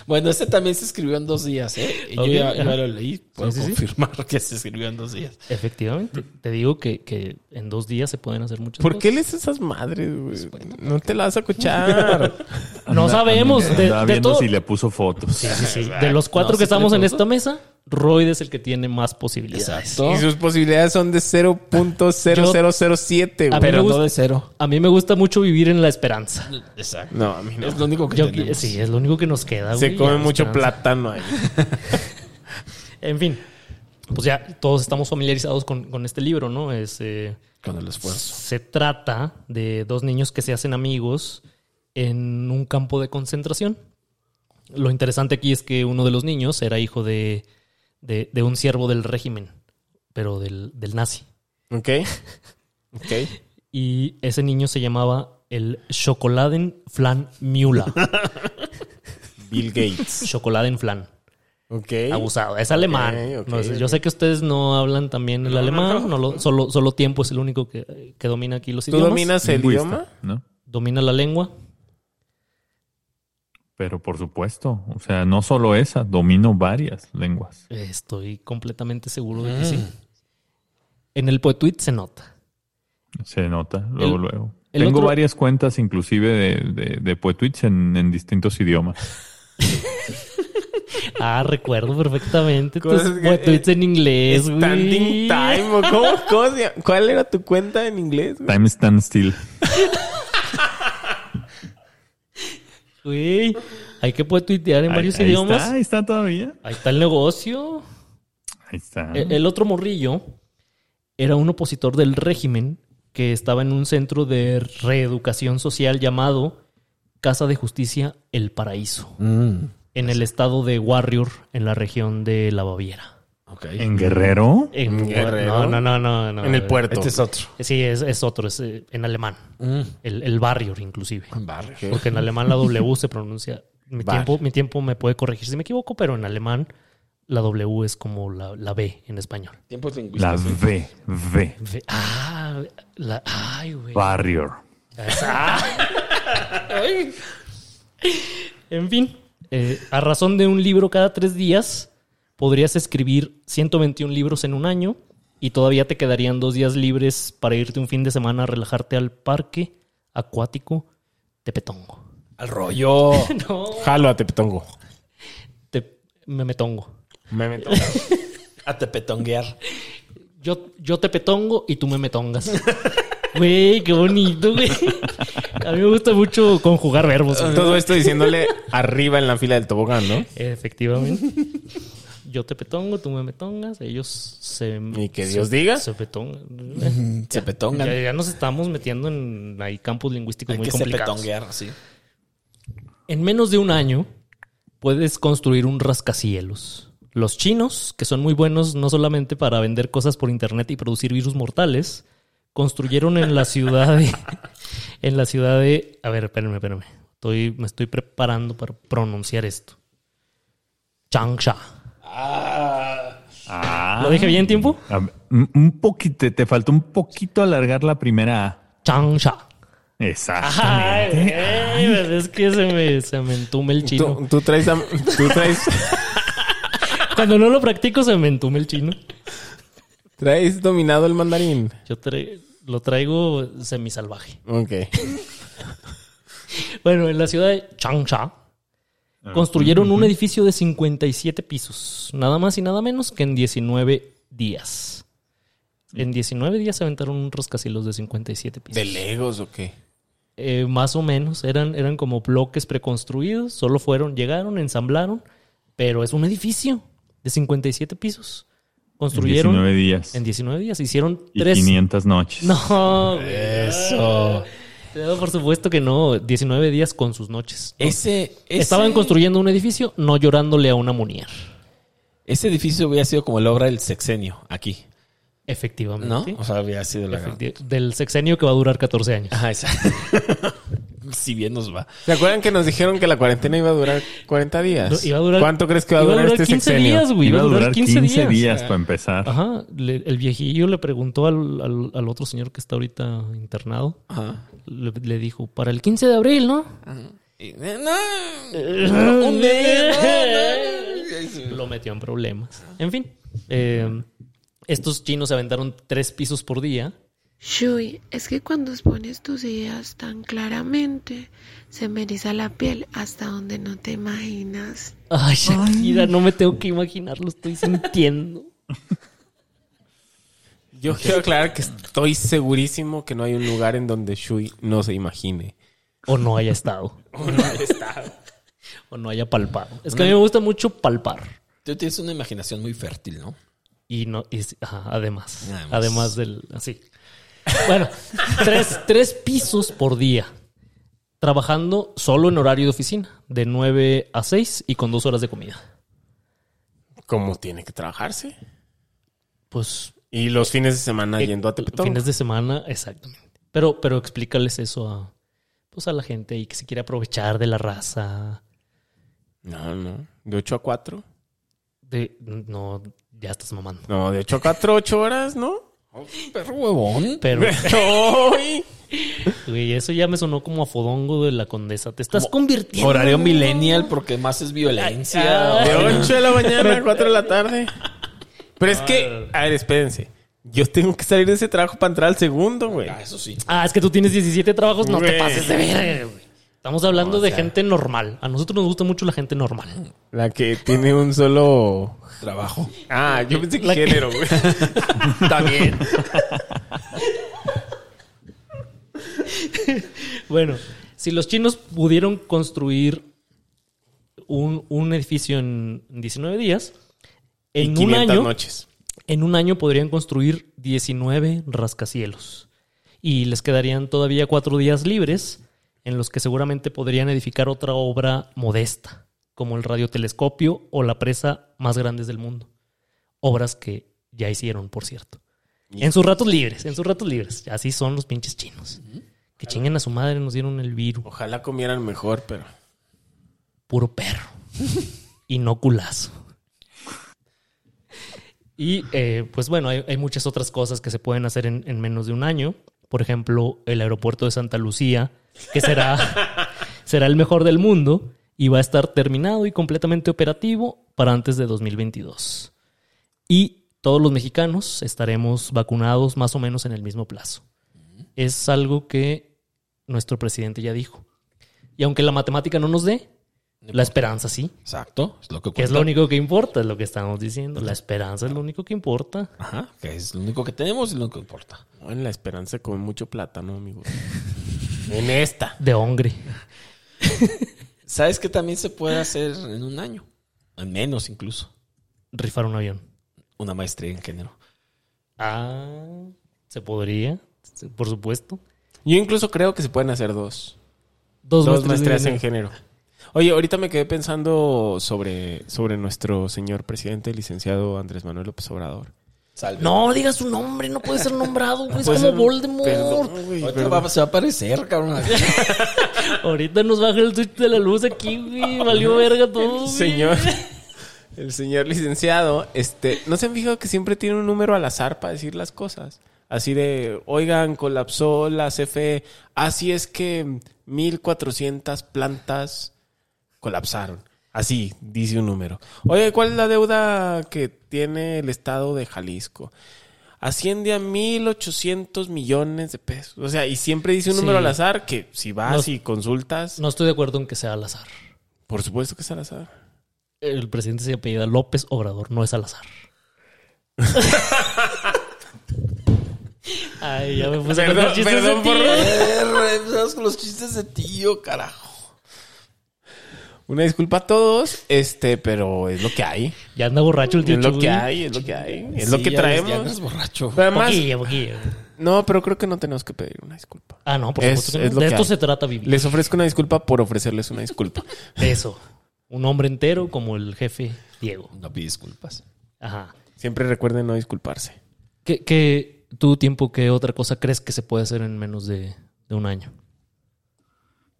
Bueno, este también se escribió en dos días, ¿eh? Yo
Ok,
ya,
ajá.
ya lo leí. Puedo
Sí, sí, sí.
confirmar *laughs* que se escribió en dos días.
Efectivamente. Te digo que, que en dos días se pueden hacer muchas
¿por
cosas.
qué lees esas madres, güey? No te la vas a escuchar.
No sabemos. De,
Andaba
de
viendo
todo.
si le puso fotos.
Sí, sí, sí. De los cuatro
No,
que
sí te
estamos en
pregunto.
esta mesa, Royd es el que tiene más posibilidades.
Exacto.
Y sus posibilidades son de 0.0007,
A
güey.
mí me
Pero
gusta-
no de cero.
A mí me gusta mucho vivir en la esperanza.
Exacto.
No, a mí no.
Es lo único que
Yo-
tenemos.
sí, es lo único que nos queda.
Se
güey,
come
la
mucho
esperanza.
plátano ahí.
En fin, pues ya todos estamos familiarizados con, con este libro, ¿no? Es, eh,
Con el
Pues,
esfuerzo.
se trata de dos niños que se hacen amigos en un campo de concentración. Lo interesante aquí es que uno de los niños era hijo de, de- de un siervo del régimen, pero del, del nazi.
¿Ok? ¿Ok?
Y ese niño se llamaba el Chocoladen Flan
*laughs*
Müller.
Bill Gates.
Chocoladen Flan.
¿Ok?
Abusado. Es alemán.
ok,
No sé,
ok.
Yo sé que ustedes no hablan también el alemán. No lo- solo, solo tiempo es el único que, que domina aquí los
¿Tú
idiomas.
dominas el
Lingüista,
idioma?
¿no?
Domina la lengua.
Pero por supuesto, o sea, no solo esa, domino varias lenguas.
Eh, Estoy completamente seguro de que
Mm.
sí. En el poetuit se nota.
Se nota luego,
El-
luego.
el
Tengo
otro-
varias cuentas inclusive de, de, de Poetwits en, en distintos idiomas.
Ah, recuerdo perfectamente tus
Cosas que- eh,
poetuits en inglés, güey.
Standing time. ¿o ¿Cómo, cómo se llama? ¿Cuál era tu cuenta en inglés? güey?
Time stand still.
Güey, hay que poetuitear en
Ahí-
varios
ahí
idiomas.
Está, ahí está todavía.
Ahí está el negocio.
Ahí está.
E- El otro morrillo era un opositor del régimen que estaba en un centro de reeducación social llamado Casa de Justicia El Paraíso,
Mm,
en el estado de Warrior, en la región de la Baviera.
ok.
En Guerrero.
En-
¿En Guerrero?
No, no, no, no, no.
En el puerto.
Este es otro.
Sí, es, es otro, es eh, en alemán.
Mm,
El, el Warrior, inclusive.
barrio.
Porque en alemán la W se pronuncia. Mi
Barrio.
tiempo, mi tiempo me puede corregir si me equivoco, pero en alemán la W es como la, la B en español.
Tiempos
La
lingüísticos.
V. V.
Ve- Ah, la, ay, güey.
Barrier.
En fin, eh, a razón de un libro cada tres días, podrías escribir 121 libros en un año y todavía te quedarían dos días libres para irte un fin de semana a relajarte al parque acuático de Petongo.
Al rollo.
*laughs* No,
Jalo a Tepetongo.
te- me metongo.
Me meto.
A tepetonguear.
Yo, yo te petongo y tú me metongas. Güey, qué bonito, güey. A mí me gusta mucho conjugar verbos. güey.
Todo esto diciéndole arriba en la fila del tobogán, ¿no?
Efectivamente. *laughs* Yo te petongo, tú me metongas, ellos se...
Y que
se-
Dios diga.
Se petongan.
Se petongan.
Ya, ya nos estamos metiendo en ahí campos lingüísticos
Hay
muy
que se
complicados.
petonguear, sí.
En menos de un año puedes construir un rascacielos. Los chinos, que son muy buenos no solamente para vender cosas por internet y producir virus mortales, construyeron en la ciudad de... *laughs* en la ciudad de... A ver, espérenme, espérenme. Estoy, me estoy preparando para pronunciar esto. Changsha.
Ah.
¿Lo dije bien en tiempo?
A ver, un- un poquito, te faltó un poquito alargar la primera A.
Changsha. Ah, Ay,
Exactamente.
güey, pues es que se me, se me entume el chino.
Tú, tú traes... a- tú traes...
Cuando no lo practico se me entume el chino.
Traes dominado el mandarín.
Yo tra- lo traigo semisalvaje.
Ok.
Bueno, en la ciudad de Changsha construyeron un edificio de 57 pisos, nada más y nada menos que en 19 días. En 19 días se aventaron un rascacielos de 57 pisos.
¿De Legos o qué?
Eh, más o menos, eran, eran como bloques preconstruidos, solo fueron, llegaron, ensamblaron, pero es un edificio de 57 pisos. Construyeron
19 días.
en 19 días, hicieron
y
tres
500 noches.
*laughs* No, eso. por supuesto que no. 19 días con sus noches.
Ese, ese-
Estaban construyendo un edificio, no llorándole a una munier.
Ese edificio hubiera sido como la obra del sexenio aquí,
Efectivamente.
¿no? O sea, hubiera sido la gran.
Ah,
Efecti- Del sexenio que va a durar 14 años.
Ajá, esa. *laughs* si bien nos va.
¿Se acuerdan que nos dijeron que la cuarentena iba a durar 40 días?
No, iba a durar-
Ah, ¿Cuánto crees que va a
iba
durar, este
15
sexenio?
días, güey.
Iba a durar 15 días, para empezar.
Ajá. Le- el viejillo le preguntó al, al- al otro señor que está ahorita internado.
Ajá.
Le, le dijo, para el 15 de abril, ¿no? Ah,
Un mes, no,
*laughs* Lo metió en em, problemas. En fin, eh, estos chinos se aventaron tres pisos por día
Shui, es que cuando expones tus ideas tan claramente, se me eriza la piel hasta donde no te imaginas.
Ay, Shakira, no me tengo que imaginar, lo estoy sintiendo.
Yo quiero aclarar que estoy segurísimo que no hay un lugar en donde Shui no se imagine.
O no haya estado. *laughs* O no haya estado. *laughs* o no haya palpado. Es que a mí me gusta mucho palpar.
Tú tienes una imaginación muy fértil, ¿no?
Y no, y- ajá, además,
Además.
además. del. Así. Bueno, tres, tres pisos por día. Trabajando solo en horario de oficina, de 9 a 6 y con dos horas de comida.
¿Cómo tiene que trabajarse?
Pues eh,
Y los fines de semana yendo a Tepetón.
fines de semana, exactamente. Pero, pero explícales eso a, pues a la gente y que se quiere aprovechar de la raza.
No, no. De 8 a 4.
De, no, ya estás mamando.
No, de 8 a 4, 8
*laughs*
horas, ¿no?
Perro huevón. *laughs*
Pero,
¡Ay!
güey, eso ya me sonó como a fodongo de la condesa. Te estás convirtiendo.
Horario millennial porque más es violencia.
De 8 de la
*laughs*
mañana a 4 de la tarde. Pero es que,
Ah.
a ver, espérense. Yo tengo que salir de ese trabajo para entrar al segundo, güey.
Ah, eso sí.
Ah, es que tú tienes 17 trabajos, no
Güey.
te pases de verga, güey. Estamos hablando de gente normal. A nosotros nos gusta mucho la gente normal.
La que tiene un solo.
Trabajo.
Ah, yo pensé que
La que- *laughs*
género, güey. También.
Bueno, si los chinos pudieron construir un, un edificio en 19 días, en
y
un
500
año.
noches.
En un año podrían construir 19 rascacielos y les quedarían todavía cuatro días libres en los que seguramente podrían edificar otra obra modesta, como el radiotelescopio o la presa más grandes del mundo. Obras que ya hicieron, por cierto. En sus ratos libres, en sus ratos libres. Así son los pinches chinos. Que chinguen a su madre, nos dieron el virus.
Ojalá comieran mejor, pero.
Puro perro. y no culazo. Y eh, pues bueno, hay, hay muchas otras cosas que se pueden hacer en, en menos de un año. Por ejemplo, el aeropuerto de Santa Lucía, que será, *laughs* será el mejor del mundo y va a estar terminado y completamente operativo para antes de 2022. Y todos los mexicanos estaremos vacunados más o menos en el mismo plazo. Es algo que nuestro presidente ya dijo. Y aunque la matemática no nos dé, la esperanza sí.
Exacto. Es lo que
Que es
cuenta.
lo único que importa, es lo que estamos diciendo. La esperanza es lo único que importa.
Ajá. Que es lo único que tenemos y lo que importa.
En la esperanza con mucho plátano, amigo.
*laughs*
en esta.
De hongre.
¿Sabes qué también se puede hacer en un año? En menos incluso.
Rifar un avión.
Una maestría en género.
Ah, se podría, Sí, por supuesto.
Yo incluso creo que se pueden hacer dos.
Dos,
Dos
maestrías
maestrías en género. Oye, ahorita me quedé pensando sobre, sobre nuestro señor presidente, licenciado Andrés Manuel López Obrador.
Salve.
No digas su nombre, no puede ser nombrado,
*laughs*
güey. Es como
Puede ser un-
Voldemort.
Pues, Perdón, güey,
Ahorita
perdón.
va- se va a aparecer, *laughs* cabrón.
Ahorita nos baja el switch de la luz aquí, güey. Valió verga todo. güey. *laughs*
Señor, el señor licenciado, este, ¿no se han fijado que siempre tiene un número al azar para decir las cosas? Así de, oigan, colapsó la CFE, así es que 1400 plantas colapsaron. Así dice un número. Oye, ¿cuál es la deuda que tiene el estado de Jalisco? Asciende a 1800 millones de pesos. O sea, y siempre dice un
Sí.
número al azar que si vas
Nos-
y consultas,
No estoy de acuerdo en que sea al azar.
por supuesto que es al azar.
El presidente se apellida López Obrador, no es al azar. *laughs* Ay, ya me puse a
Perdón,
contar chistes
perdón
de
por-
ti.
Empezamos con los chistes de tío, carajo.
Una disculpa a todos, este, pero es lo que hay.
Ya anda borracho el tío
Es lo
Chuy.
que hay, es lo que hay. Es lo
Sí,
que
ya ves, Ya
traemos.
andas borracho.
Pero además,
Poquillo, poquillo.
no, pero creo que no tenemos que pedir una disculpa.
Ah, no, por
Es-
supuesto. que
es
no.
lo
de
que
esto
hay.
se trata vivir.
Les ofrezco una disculpa por ofrecerles una *laughs* disculpa.
De eso. Un hombre entero como el jefe Diego.
No pides disculpas.
Ajá.
Siempre recuerden no disculparse.
¿Qué, qué, tú, tiempo, qué otra cosa crees que se puede hacer en menos de, de un año?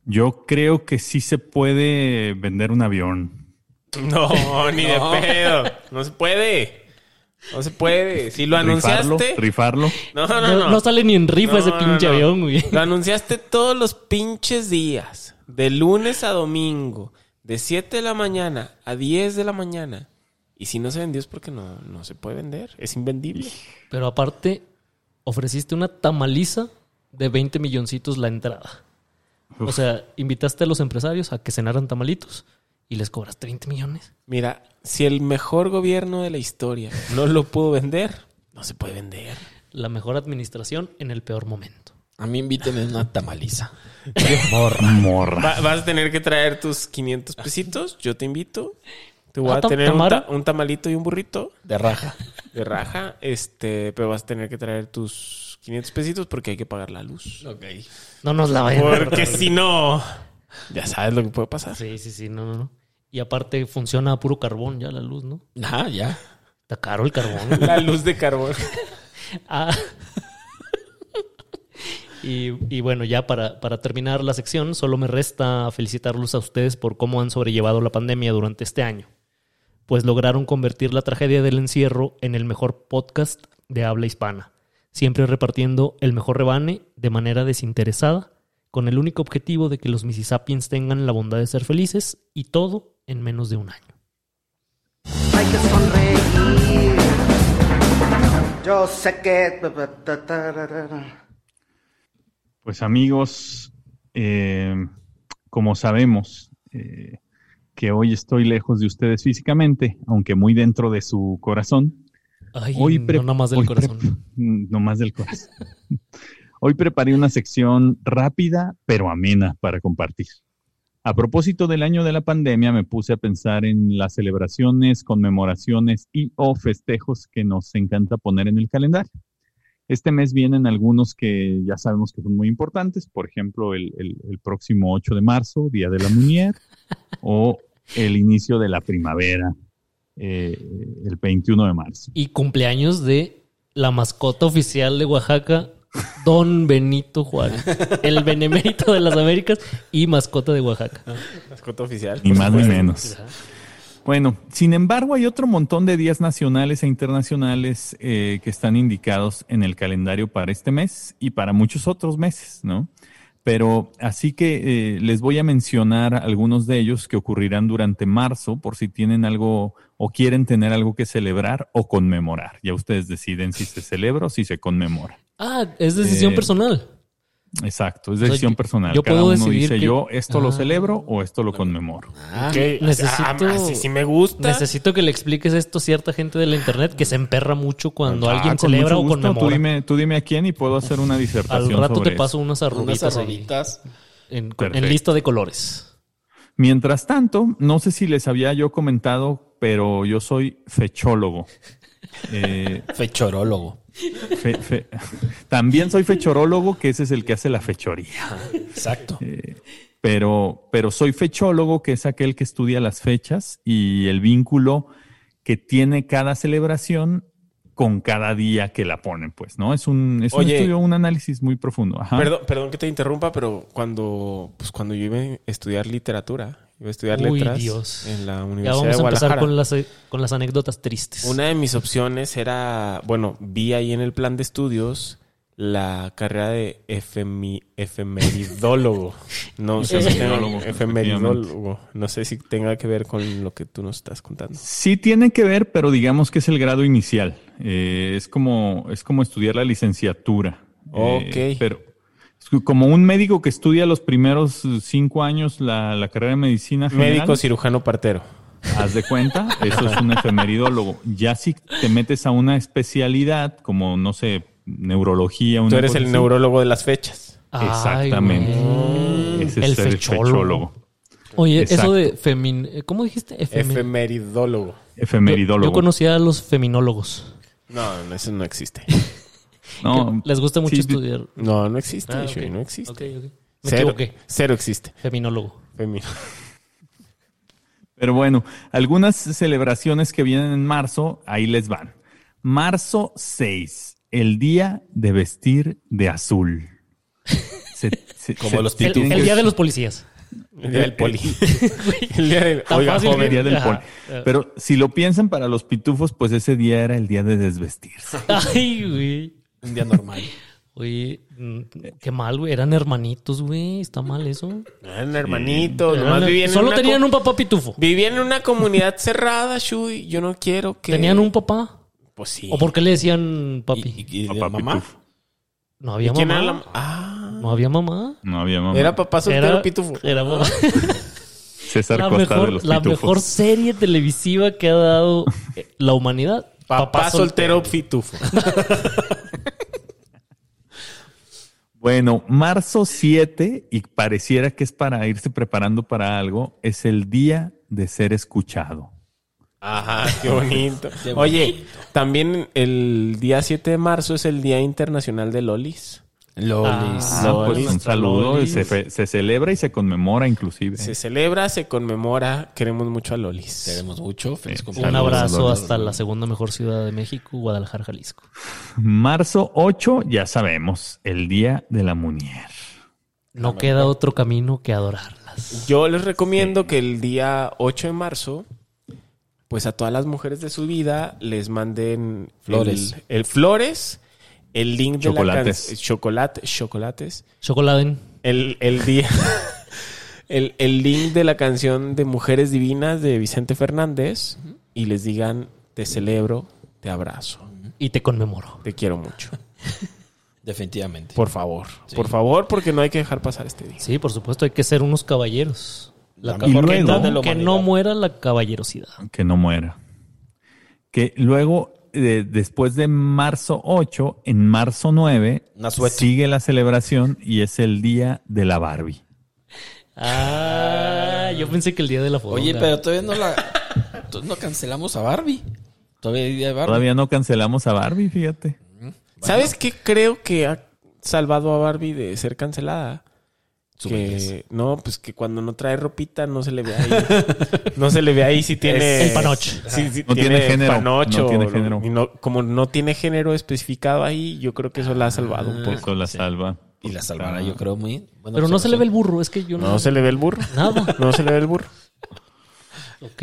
Yo creo que sí se puede vender un avión.
*laughs* No, ni de pedo. No se puede. No se puede. Si lo
Rifarlo,
anunciaste.
rifarlo.
No, no, no.
sale ni en rifa
No,
ese
no,
pinche
no.
avión, güey.
*laughs* Lo anunciaste todos los pinches días. De lunes a domingo. De 7 de la mañana a 10 de la mañana. Y si no se vendió es porque no, no se puede vender. Es invendible.
Pero aparte, ofreciste una tamaliza de 20 milloncitos la entrada. O sea, invitaste a los empresarios a que cenaran tamalitos y les cobras 30 millones.
Mira, si el mejor gobierno de la historia no lo pudo vender, no se puede vender.
La mejor administración en el peor momento.
A mí inviten en una tamaliza.
Morra.
Va- vas a tener que traer tus 500 pesitos, yo te invito. Te voy
Ah,
a
tam-
tener un,
tamara.
ta- un tamalito y un burrito
De raja.
de raja, este, pero vas a tener que traer tus 500 pesitos porque hay que pagar la luz.
Ok.
No nos la *laughs* vayan a
Porque si no, ya sabes lo que puede pasar.
Sí, sí, sí, no, no, no. Y aparte funciona a puro carbón ya la luz, ¿no?
Nah, ya.
Está caro el carbón.
*laughs*
güey.
La luz de carbón.
Ah. *laughs* Y, y bueno, ya para, para terminar la sección, solo me resta felicitarlos a ustedes por cómo han sobrellevado la pandemia durante este año, pues lograron convertir la tragedia del encierro en el mejor podcast de habla hispana, siempre repartiendo el mejor rebane de manera desinteresada, con el único objetivo de que los Mississippians tengan la bondad de ser felices y todo en menos de un año.
Hay que sonreír. Yo sé que.
Pues amigos, eh, como sabemos eh, que hoy estoy lejos de ustedes físicamente, aunque muy dentro de su corazón.
Ay,
Hoy pre-
no nada más del
hoy
corazón.
pre- Mm, No más del corazón. Hoy preparé una sección rápida pero amena para compartir. A propósito del año de la pandemia, me puse a pensar en las celebraciones, conmemoraciones y o festejos que nos encanta poner en el calendario. Este mes vienen algunos que ya sabemos que son muy importantes, por ejemplo, el, el- el próximo 8 de marzo, Día de la Muñer, o el inicio de la primavera, eh, el 21 de marzo.
y cumpleaños de la mascota oficial de Oaxaca, Don Benito Juárez, el benemérito de las Américas y mascota de Oaxaca.
Escoto oficial.
Ni
por
más ni
supuesto.
menos. Bueno, sin embargo, hay otro montón de días nacionales e internacionales eh, que están indicados en el calendario para este mes y para muchos otros meses, ¿no? Pero así que eh, les voy a mencionar algunos de ellos que ocurrirán durante marzo por si tienen algo o quieren tener algo que celebrar o conmemorar. Ya ustedes deciden si se celebra o si se conmemora.
Ah, es decisión
Eh,
personal.
Exacto, es
sea,
decisión
yo-
personal.
yo
Cada
puedo
uno
decidir
dice
que-
yo esto lo
Ah.
celebro o esto lo conmemoro.
Ah,
Ok, así-
Necesito-
ah, así sí me gusta.
Necesito que le expliques esto a cierta gente de la internet que se emperra mucho cuando
Ah,
alguien
con
celebra
mucho
o
gusto. Tú
conmemora.
dime, tú dime a quién y puedo hacer una
Al
disertación.
rato
sobre
te
eso.
paso unas
unas
arruguitas, ahí,
arrobitas.
en, con- en
Perfecto.
lista de colores.
Mientras tanto, no sé si les había yo comentado, pero yo soy
*laughs*
fechólogo. Eh,
Fechorólogo.
fe- fe- También soy fechorólogo, que ese es el que hace la fechoría.
Exacto.
Eh, pero, pero soy fechólogo, que es aquel que estudia las fechas y el vínculo que tiene cada celebración con cada día que la ponen, pues, ¿no? Es un, es un
Oye.
estudio, un análisis muy profundo. Ajá.
Perdón, perdón que te interrumpa, pero cuando, pues cuando yo iba a estudiar literatura, iba a estudiar
Uy,
letras
Dios.
en la
Ya
Universidad
vamos
de
a empezar
Guadalajara.
con las, eh, con las anécdotas tristes.
Una de mis opciones era, bueno, vi ahí en el plan de estudios la carrera de efemi- efemeridólogo. No sé si tenga-
Efemeridólogo,
efemeridólogo. No sé si tenga que ver con lo que tú nos estás contando.
Sí tiene que ver, pero digamos que es el grado inicial. Eh, es como es como estudiar la licenciatura. Eh,
Ok.
pero es que como un médico que estudia los primeros cinco años la, la carrera de medicina general,
Médico cirujano partero.
haz de cuenta, eso es un efemeridólogo. Ya si te metes a una especialidad como no sé neurología, una
Tú eres
cosa
el
así,
neurólogo de las fechas.
Ay,
Exactamente.
güey.
ese
el
es el
fechólogo.
fechólogo,
Oye, eso
Exacto.
de femin... eh, ¿Cómo dijiste? Efemin-
Efemeridólogo.
efemeridólogo.
Yo, yo conocía a los feminólogos.
No, no, eso no existe.
No,
Les gusta mucho
sí,
estudiar.
No, no existe,
Ah, ok.
Shui, no existe.
Ok, ok. Me
Cero,
equivoqué.
cero existe.
Feminólogo.
Femino.
Pero bueno, algunas celebraciones que vienen en marzo, ahí les van. Marzo 6, el día de vestir de
*laughs*
azul. Se- se-
Como
se-
los
se
El,
Tienen
tienen
el
que-
día de
*laughs*
los policías.
El día del poli. el día del...
Tan
Oiga,
fácil
joven.
el día del
Ajá.
poli. Pero si lo piensan para los pitufos, pues ese día era el día de desvestirse.
*laughs* Ay, güey.
Un día normal.
*laughs* Oye, mm, qué mal, güey. Eran hermanitos, güey. Está mal eso.
Eran hermanitos. nomás
Eran-
vivían en
Solo
una
tenían
co-
un papá pitufo.
Vivían en una comunidad cerrada, Shui. Yo no quiero que...
Tenían un papá.
Pues sí.
¿O por qué le decían papi?
¿Y, y- y de
Papá
mamá?
pitufo.
No había
¿Quién era
mamá.
la- Ah,
No había mamá.
No había mamá.
era papá soltero
Era,
pitufo.
era mamá.
César
La
Costa de
mejor,
los
la
Pitufos.
mejor serie televisiva que ha dado eh, la humanidad.
Papá, soltero
*laughs*
pitufo.
Bueno, marzo 7, y pareciera que es para irse preparando para algo, es el día de ser escuchado.
Ajá, qué bonito. Oye, también el día 7 de marzo es el Día Internacional de Lolis.
Lolis.
Ah, pues un saludo.
Lolis.
Se, fe- se celebra y se conmemora inclusive.
Se celebra, se conmemora, queremos mucho a Lolis.
Queremos mucho. Feliz
Un
cumpleaños.
abrazo
Saludos.
hasta la segunda mejor ciudad de México, Guadalajara, Jalisco.
Marzo 8, ya sabemos, el día de la muñer.
No queda otro camino que adorarlas.
Yo les recomiendo que el día 8 de marzo, pues a todas las mujeres de su vida les manden
Flores.
El, el flores, el link de
Chocolates.
la can- chocolate, chocolates,
Chocoladen.
el, el día *laughs* el, el link de la canción de Mujeres Divinas de Vicente Fernández y les digan te celebro, te abrazo,
Y te conmemoro.
te quiero mucho.
Definitivamente.
Por favor, por favor, porque no hay que dejar pasar este día.
Sí, por supuesto, hay que ser unos caballeros. La
La
ca-
Y
mejor
que,
luego-
mitad de la
no, que
humanidad.
no muera la caballerosidad.
Que no muera. Que luego, eh, después de marzo 8, en marzo 9,
Una sueta.
sigue la celebración y es el día de la Barbie.
Ah, yo pensé que el día de la foto.
Oye, pero todavía no la. to- No cancelamos a Barbie. Todavía hay día de Barbie.
Todavía no cancelamos a Barbie, fíjate.
¿Sabes qué creo que ha salvado a Barbie de ser cancelada?
Su belleza.
que no, pues que cuando no trae ropita no se le ve ahí. *laughs* no se le ve ahí si tiene
El panoche.
Sí, sí,
No tiene género,
panocho,
no tiene
o-
género.
y no- como no tiene género especificado ahí, yo creo que eso la ha salvado un poco.
Eso la salva.
Ah, Y la salvará, yo creo, muy. buena
Pero no se le ve el
observación.
burro, es que yo no.
No se le ve el burro.
Nada.
No se le ve el burro.
Ok.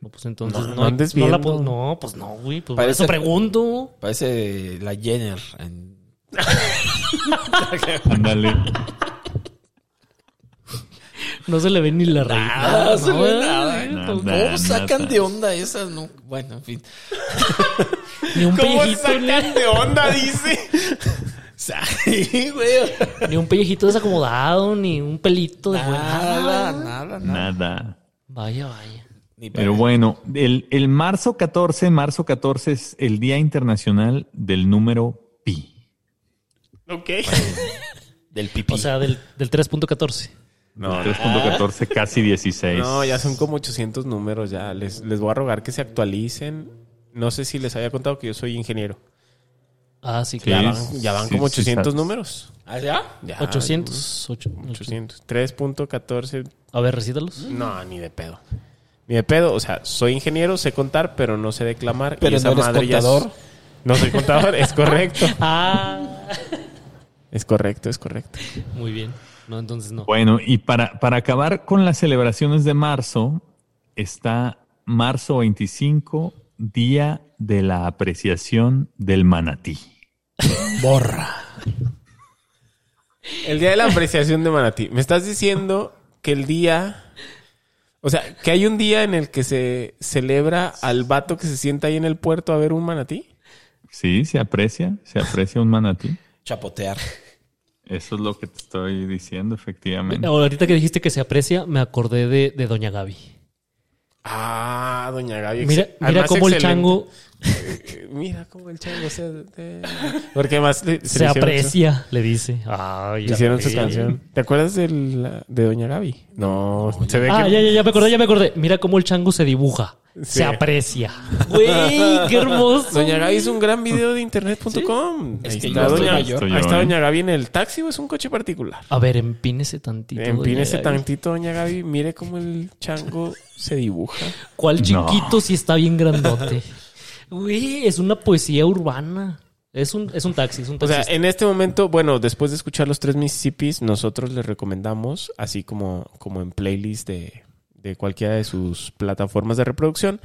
No, pues entonces
No,
no.
no andes
no la
viendo.
puedo- no, pues no, güey. Pues
Parece-
por eso pregunto.
Parece la Jenner. en- *laughs*
Ándale.
No se le ve ni la raíz.
Ah, se ve
no, güey. Pues,
nada.
Nada,
¿Cómo Oh, sacan
nada.
de onda esas? No, bueno, en fin.
Ni un
¿Cómo
pellejito,
sacan de onda, *laughs* dice?
Sí, güey.
ni, ni un pellejito desacomodado, ni un pelito de
Nada, nada, nada.
Nada.
Vaya, vaya.
Ni
Pero
parece.
bueno, el, el marzo 14, marzo 14 es el Día Internacional del Número Pi.
ok.
Del pipí.
O sea, del, del 3.14.
No,
3.14, casi 16.
No, ya son como 800 números, ya. Les, les voy a rogar que se actualicen. No sé si les había contado que yo soy ingeniero.
Ah, sí,
Sí,
Ya
claro.
van, ya van
sí,
como
sí,
800
sabes.
números.
¿Ah, ya?
Ya,
800. ocho-
800. 3.14.
A ver, recítalos.
No, ni de pedo. Ni de pedo. O sea, soy ingeniero, sé contar, pero no sé declamar.
Pero no
esa
eres
ya es-
contador.
No soy contador, es correcto.
Ah,
Es correcto, es correcto.
muy bien. No, entonces no.
Bueno, y para, para acabar con las celebraciones de marzo, está marzo 25, Día de la Apreciación del Manatí.
Borra.
El día de la apreciación de Manatí. Me estás diciendo que el día. O sea, que hay un día en el que se celebra al vato que se sienta ahí en el puerto a ver un manatí.
Sí, se aprecia, se aprecia un manatí.
Chapotear.
Eso es lo que te estoy diciendo, efectivamente.
Ahorita que dijiste que se aprecia, me acordé de, de Doña Gaby.
Ah, doña Gaby.
Mira,
ex-
mira
además
cómo el
excelente.
chango
Eh, Mira cómo el chango se. eh, Porque además le-
se,
le Ah, hicieron-
aprecia, le dice. Ay,
Le Hicieron su
aprecia.
canción. ¿Te acuerdas de, la- de Doña Gaby? No, se ve
Ah,
que.
ya, ya, ya me acordé, ya me acordé. Mira cómo el chango se dibuja.
Sí.
Se
*laughs*
aprecia. Güey, qué hermoso.
Doña Gaby es un gran video de internet.com.
Es
Ahí
que
está,
yo
Doña,
estoy
mayor.
ahí está Doña Gaby en el taxi o es un coche particular.
A ver, empínese tantito. doña
Empínese
Gaby.
tantito, Doña Gaby. Mire cómo el chango se dibuja.
No.
¿Cuál chiquito si está bien
*laughs*
grandote? Güey, es una poesía urbana. Es un, es un taxi, es un
O
taxi.
sea, en este momento, bueno, después de escuchar los tres Mississippis, nosotros les recomendamos, así como, como en playlist de, de cualquiera de sus plataformas de reproducción,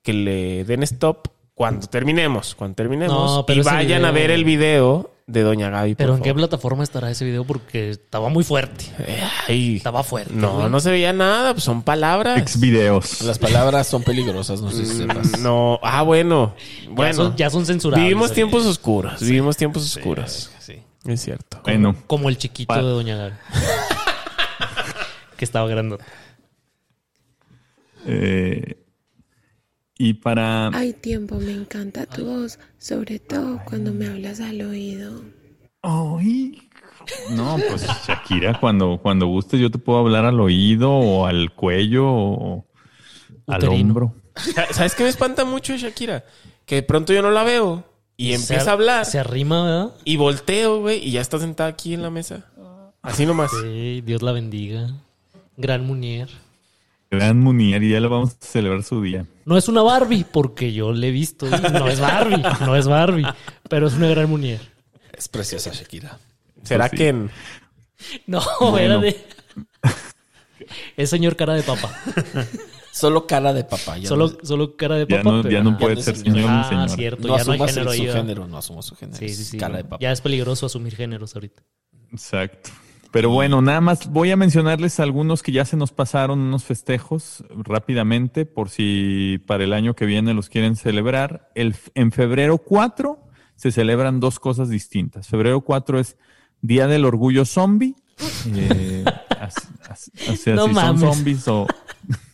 que le den stop cuando terminemos, cuando terminemos
No, pero
y
ese
vayan a
video-
ver el video de Doña Gaby. por
Pero ¿en qué
favor.
plataforma estará ese video? Porque estaba muy fuerte.
Ay,
Estaba fuerte.
no,
güey.
no se veía nada, pues son palabras.
Ex videos.
Las palabras son peligrosas, no sé si sepas.
No, ah, bueno.
Ya
Bueno,
son, ya son censurables.
vivimos
oye.
tiempos oscuros, vivimos tiempos oscuros.
Sí.
Es cierto.
Bueno,
Como el chiquito
Pa-
de Doña
*laughs*
Gaby. que estaba grandote.
eh, y para.
Ay, tiempo, me encanta tu voz, sobre todo cuando me hablas al oído.
Ay. No, pues Shakira, cuando, cuando gustes, yo te puedo hablar al oído o al cuello o al
Uterino.
hombro.
Sa- ¿Sabes qué me espanta mucho de Shakira? Que de pronto yo no la veo y empieza
Se-
a hablar
Se arrima, ¿verdad?
y volteo, güey, y ya está sentada aquí en la mesa. Así nomás.
Sí, Dios la bendiga. Gran Munier.
Gran Munier, y ya lo vamos a celebrar su día.
No es una Barbie, porque yo le he visto. y No es Barbie, no es Barbie. Pero es una gran Munier.
Es preciosa Shakira.
¿Será
sí.
que en-
No, era
Bueno.
de. *laughs* Es señor cara de papá.
Solo cara de papá. ya
Solo,
no-
solo cara de
Ya
papá.
no,
pero-
ya no puede
no es
ser
señor.
señor
Ah,
ni señora.
cierto,
no
ya no hay
asumas el-
género ahí.
su
¿verdad?
género, no asumas su género.
Sí, sí,
es
sí.
Cara
no.
de papá.
Ya es peligroso asumir géneros ahorita.
Exacto. Pero bueno, nada más voy a mencionarles algunos que ya se nos pasaron unos festejos rápidamente por si para el año que viene los quieren celebrar. El, en febrero 4 se celebran dos cosas distintas. Febrero 4 es Día del Orgullo Zombie. eh, as- as- o sea,
No
si
mames.
son zombies o...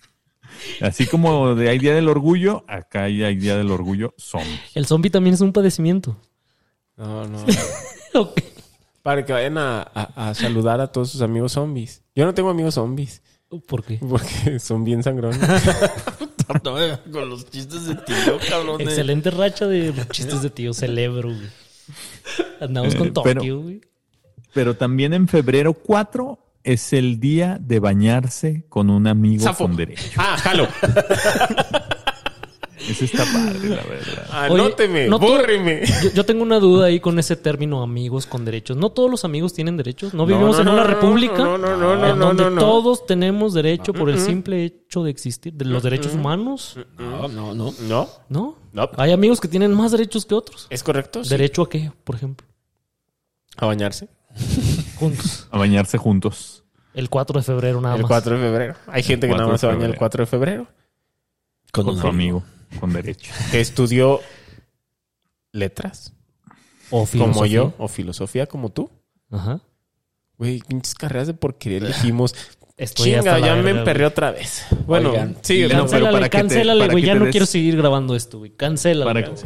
*laughs* Así como de hay Día del Orgullo, acá hay, hay Día del Orgullo Zombie.
El zombie también es un padecimiento.
No, no.
Ok.
Para que vayan a, a- a saludar a todos sus amigos zombies. Yo no tengo amigos zombies *laughs*
¿Por qué?
porque son bien sangrones.
No, con los chistes de tío, cabrón. de-
Excelente racha de chistes de tío. Celebro, güey. Andamos con
Eh, pero-
Tokio, güey.
Pero también en febrero 4 es el día de bañarse con un amigo
Zafo.
con derecho.
Ah, jalo.
*laughs* Ese está padre, la verdad.
Anóteme,
no tú-
bórreme.
Yo, yo tengo una duda ahí con ese término amigos con derechos. No todos los amigos tienen derechos. No vivimos
no,
en
no,
una
no,
república
no, no, no, no,
en
no,
donde
no, Mm, no.
todos tenemos derecho por el simple hecho de existir, de
Mm,
los derechos humanos,
No, no, no.
No,
¿no?
no.
Hay amigos que tienen más derechos que otros.
¿Es correcto? Sí.
Derecho a qué, por ejemplo,
A bañarse.
juntos.
A bañarse juntos.
El 4 de febrero nada
El
más.
4 de febrero. Hay gente que nada
4
más se
de
baña el
febrero.
4 de febrero.
Con,
Con
un
su amigo con derecho.
Que estudió letras,
O
como
filosofía.
yo, o filosofía como tú.
Ajá.
Güey, pinches carreras de porquería elegimos.
Estoy
Chinga,
hasta la
ya me
verga, güey.
emperré otra vez. Bueno,
Oigan,
sí,
Pero- pero
Cancélale,
para que te-
cancélale,
para
güey.
que
Ya
te
no
des-
quiero seguir grabando esto, güey. Cancélale.
Para,
güey.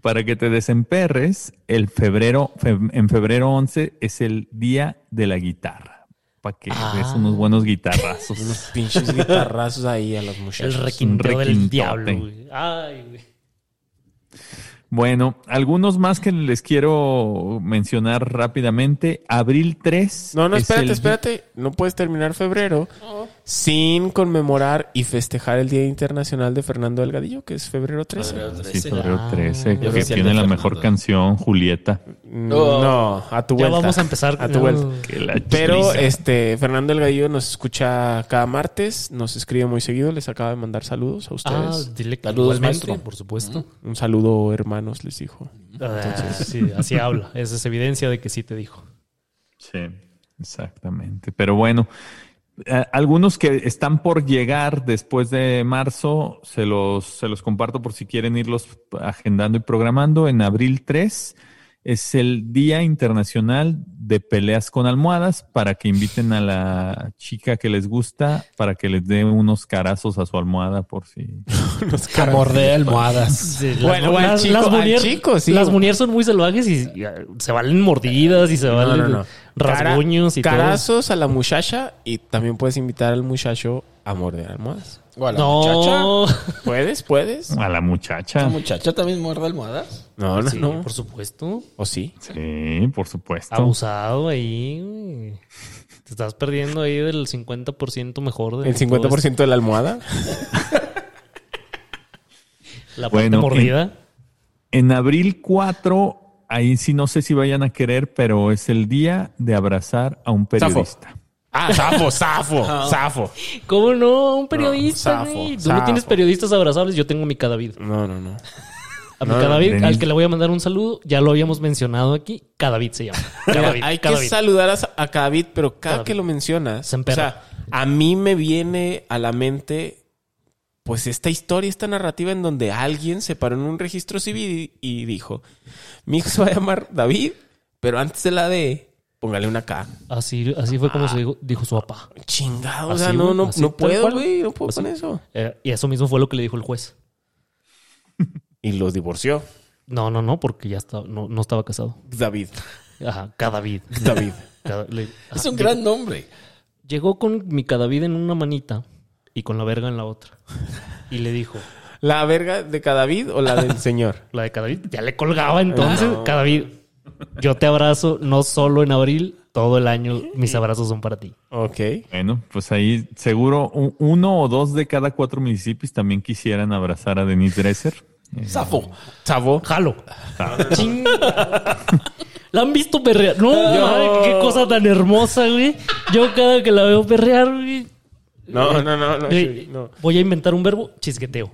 para que te desemperres, el febrero, fe- en febrero 11 es el día de la guitarra. Para que
Ah.
des unos buenos guitarrazos.
Unos pinches guitarrazos ahí a los
El
muchachos.
requinteo del
requintote.
diablo, güey. Ay, güey.
Bueno, algunos más que les quiero mencionar rápidamente. Abril 3.
No, no,
es
espérate,
el-
espérate. No puedes terminar febrero sin conmemorar y festejar el Día Internacional de Fernando Delgadillo, que es febrero 13.
Sí, febrero
Ah.
13,
Yo
que
decía
tiene
que
la
Fernando.
mejor canción, Julieta.
Mm,
Oh.
No, a tu
Ya
vuelta.
vamos a empezar.
A tu
no.
vuelta.
Que la
Pero
choriza.
este Fernando Delgadillo nos escucha cada martes, nos escribe muy seguido, les acaba de mandar saludos a
Ah,
ustedes.
dile que
Saludos,
igualmente,
maestro.
por supuesto.
Un saludo, hermanos, les dijo.
Ah, sí, así habla. Esa es evidencia de que sí te dijo.
Sí, exactamente. Pero bueno, a- algunos que están por llegar después de marzo, se los, se los comparto por si quieren irlos agendando y programando. En abril 3 es el Día Internacional de Peleas con Almohadas para que inviten a la chica que les gusta para que les dé unos carazos a su almohada por si...
A morder almohadas.
Sí, las-
Bueno, bueno,
las,
chico,
las
al
Munier-
chico, sí.
las Munier son muy salvajes y y, ah, se valen mordidas y se
No,
valen
no, no.
rasguños y
Cara- carazos a la muchacha y también puedes invitar al muchacho a morder almohadas.
¿O a la
todo. No,
¿Puedes? ¿Puedes?
A la
¿La
muchacha.
muchacha también muerde almohadas?
*laughs* No,
*laughs*
no,
Sí,
no.
por supuesto.
¿O sí?
Sí, por supuesto.
Abusado ahí. güey. Te estás perdiendo ahí del 50% mejor. De
¿El 50% de la almohada?
La parte
Bueno,
mordida.
En abril 4, ahí sí no sé si vayan a querer, pero es el día de abrazar a un periodista.
Ah, zafo, zafo, *laughs* zafo.
¿Cómo no? Un periodista,
No, zafo,
güey. Tú no
zafo.
tienes periodistas abrazables, yo tengo mi cada vida.
No, no, no.
A mi Cadavid, al que le voy a mandar un saludo, ya lo habíamos mencionado aquí. Cadavid se
*laughs*
llama. Cadavid,
Hay que
Cadavid.
saludar a, a Cadavid, pero cada
Cadavid.
que lo mencionas,
Se
o
emperra.
sea, a mí me viene a la mente pues esta historia, esta narrativa en donde alguien se paró en un registro civil y, y dijo, mi hijo se va a llamar David, pero antes de la D, póngale una K.
Así, así fue como se dijo, dijo su papá.
Chingado, Ah. o
Así,
sea, no,
güey,
no,
así,
no
tal
puedo,
cual.
güey, no puedo
Así.
con eso.
Eh, y eso mismo fue lo que le dijo el juez.
Y los divorció.
No, no, no, porque ya estaba, no, no estaba casado.
David,
Ajá, Cadavid.
David.
Cada- le-
Es
ajá,
un
llegó-
gran nombre.
Llegó con mi Cadavid en una manita y con la verga en la otra. Y le dijo,
*laughs* ¿La verga de Cadavid o la *laughs* del señor?
la de Cadavid, ya le colgaba entonces.
No.
Cadavid, yo te abrazo no solo en abril, todo el año mis abrazos son para ti.
Ok.
Bueno, pues ahí seguro u- uno o dos de cada cuatro municipios también quisieran abrazar a Denise Dresser. Eh,
Zafo.
Chavo.
Jalo. Ching. La han visto perrear. No, madre, qué cosa tan hermosa, güey. Yo cada que la veo perrear, güey.
No, no, no, no,
güey,
Chuy, no.
Voy a inventar un verbo, chisqueteo.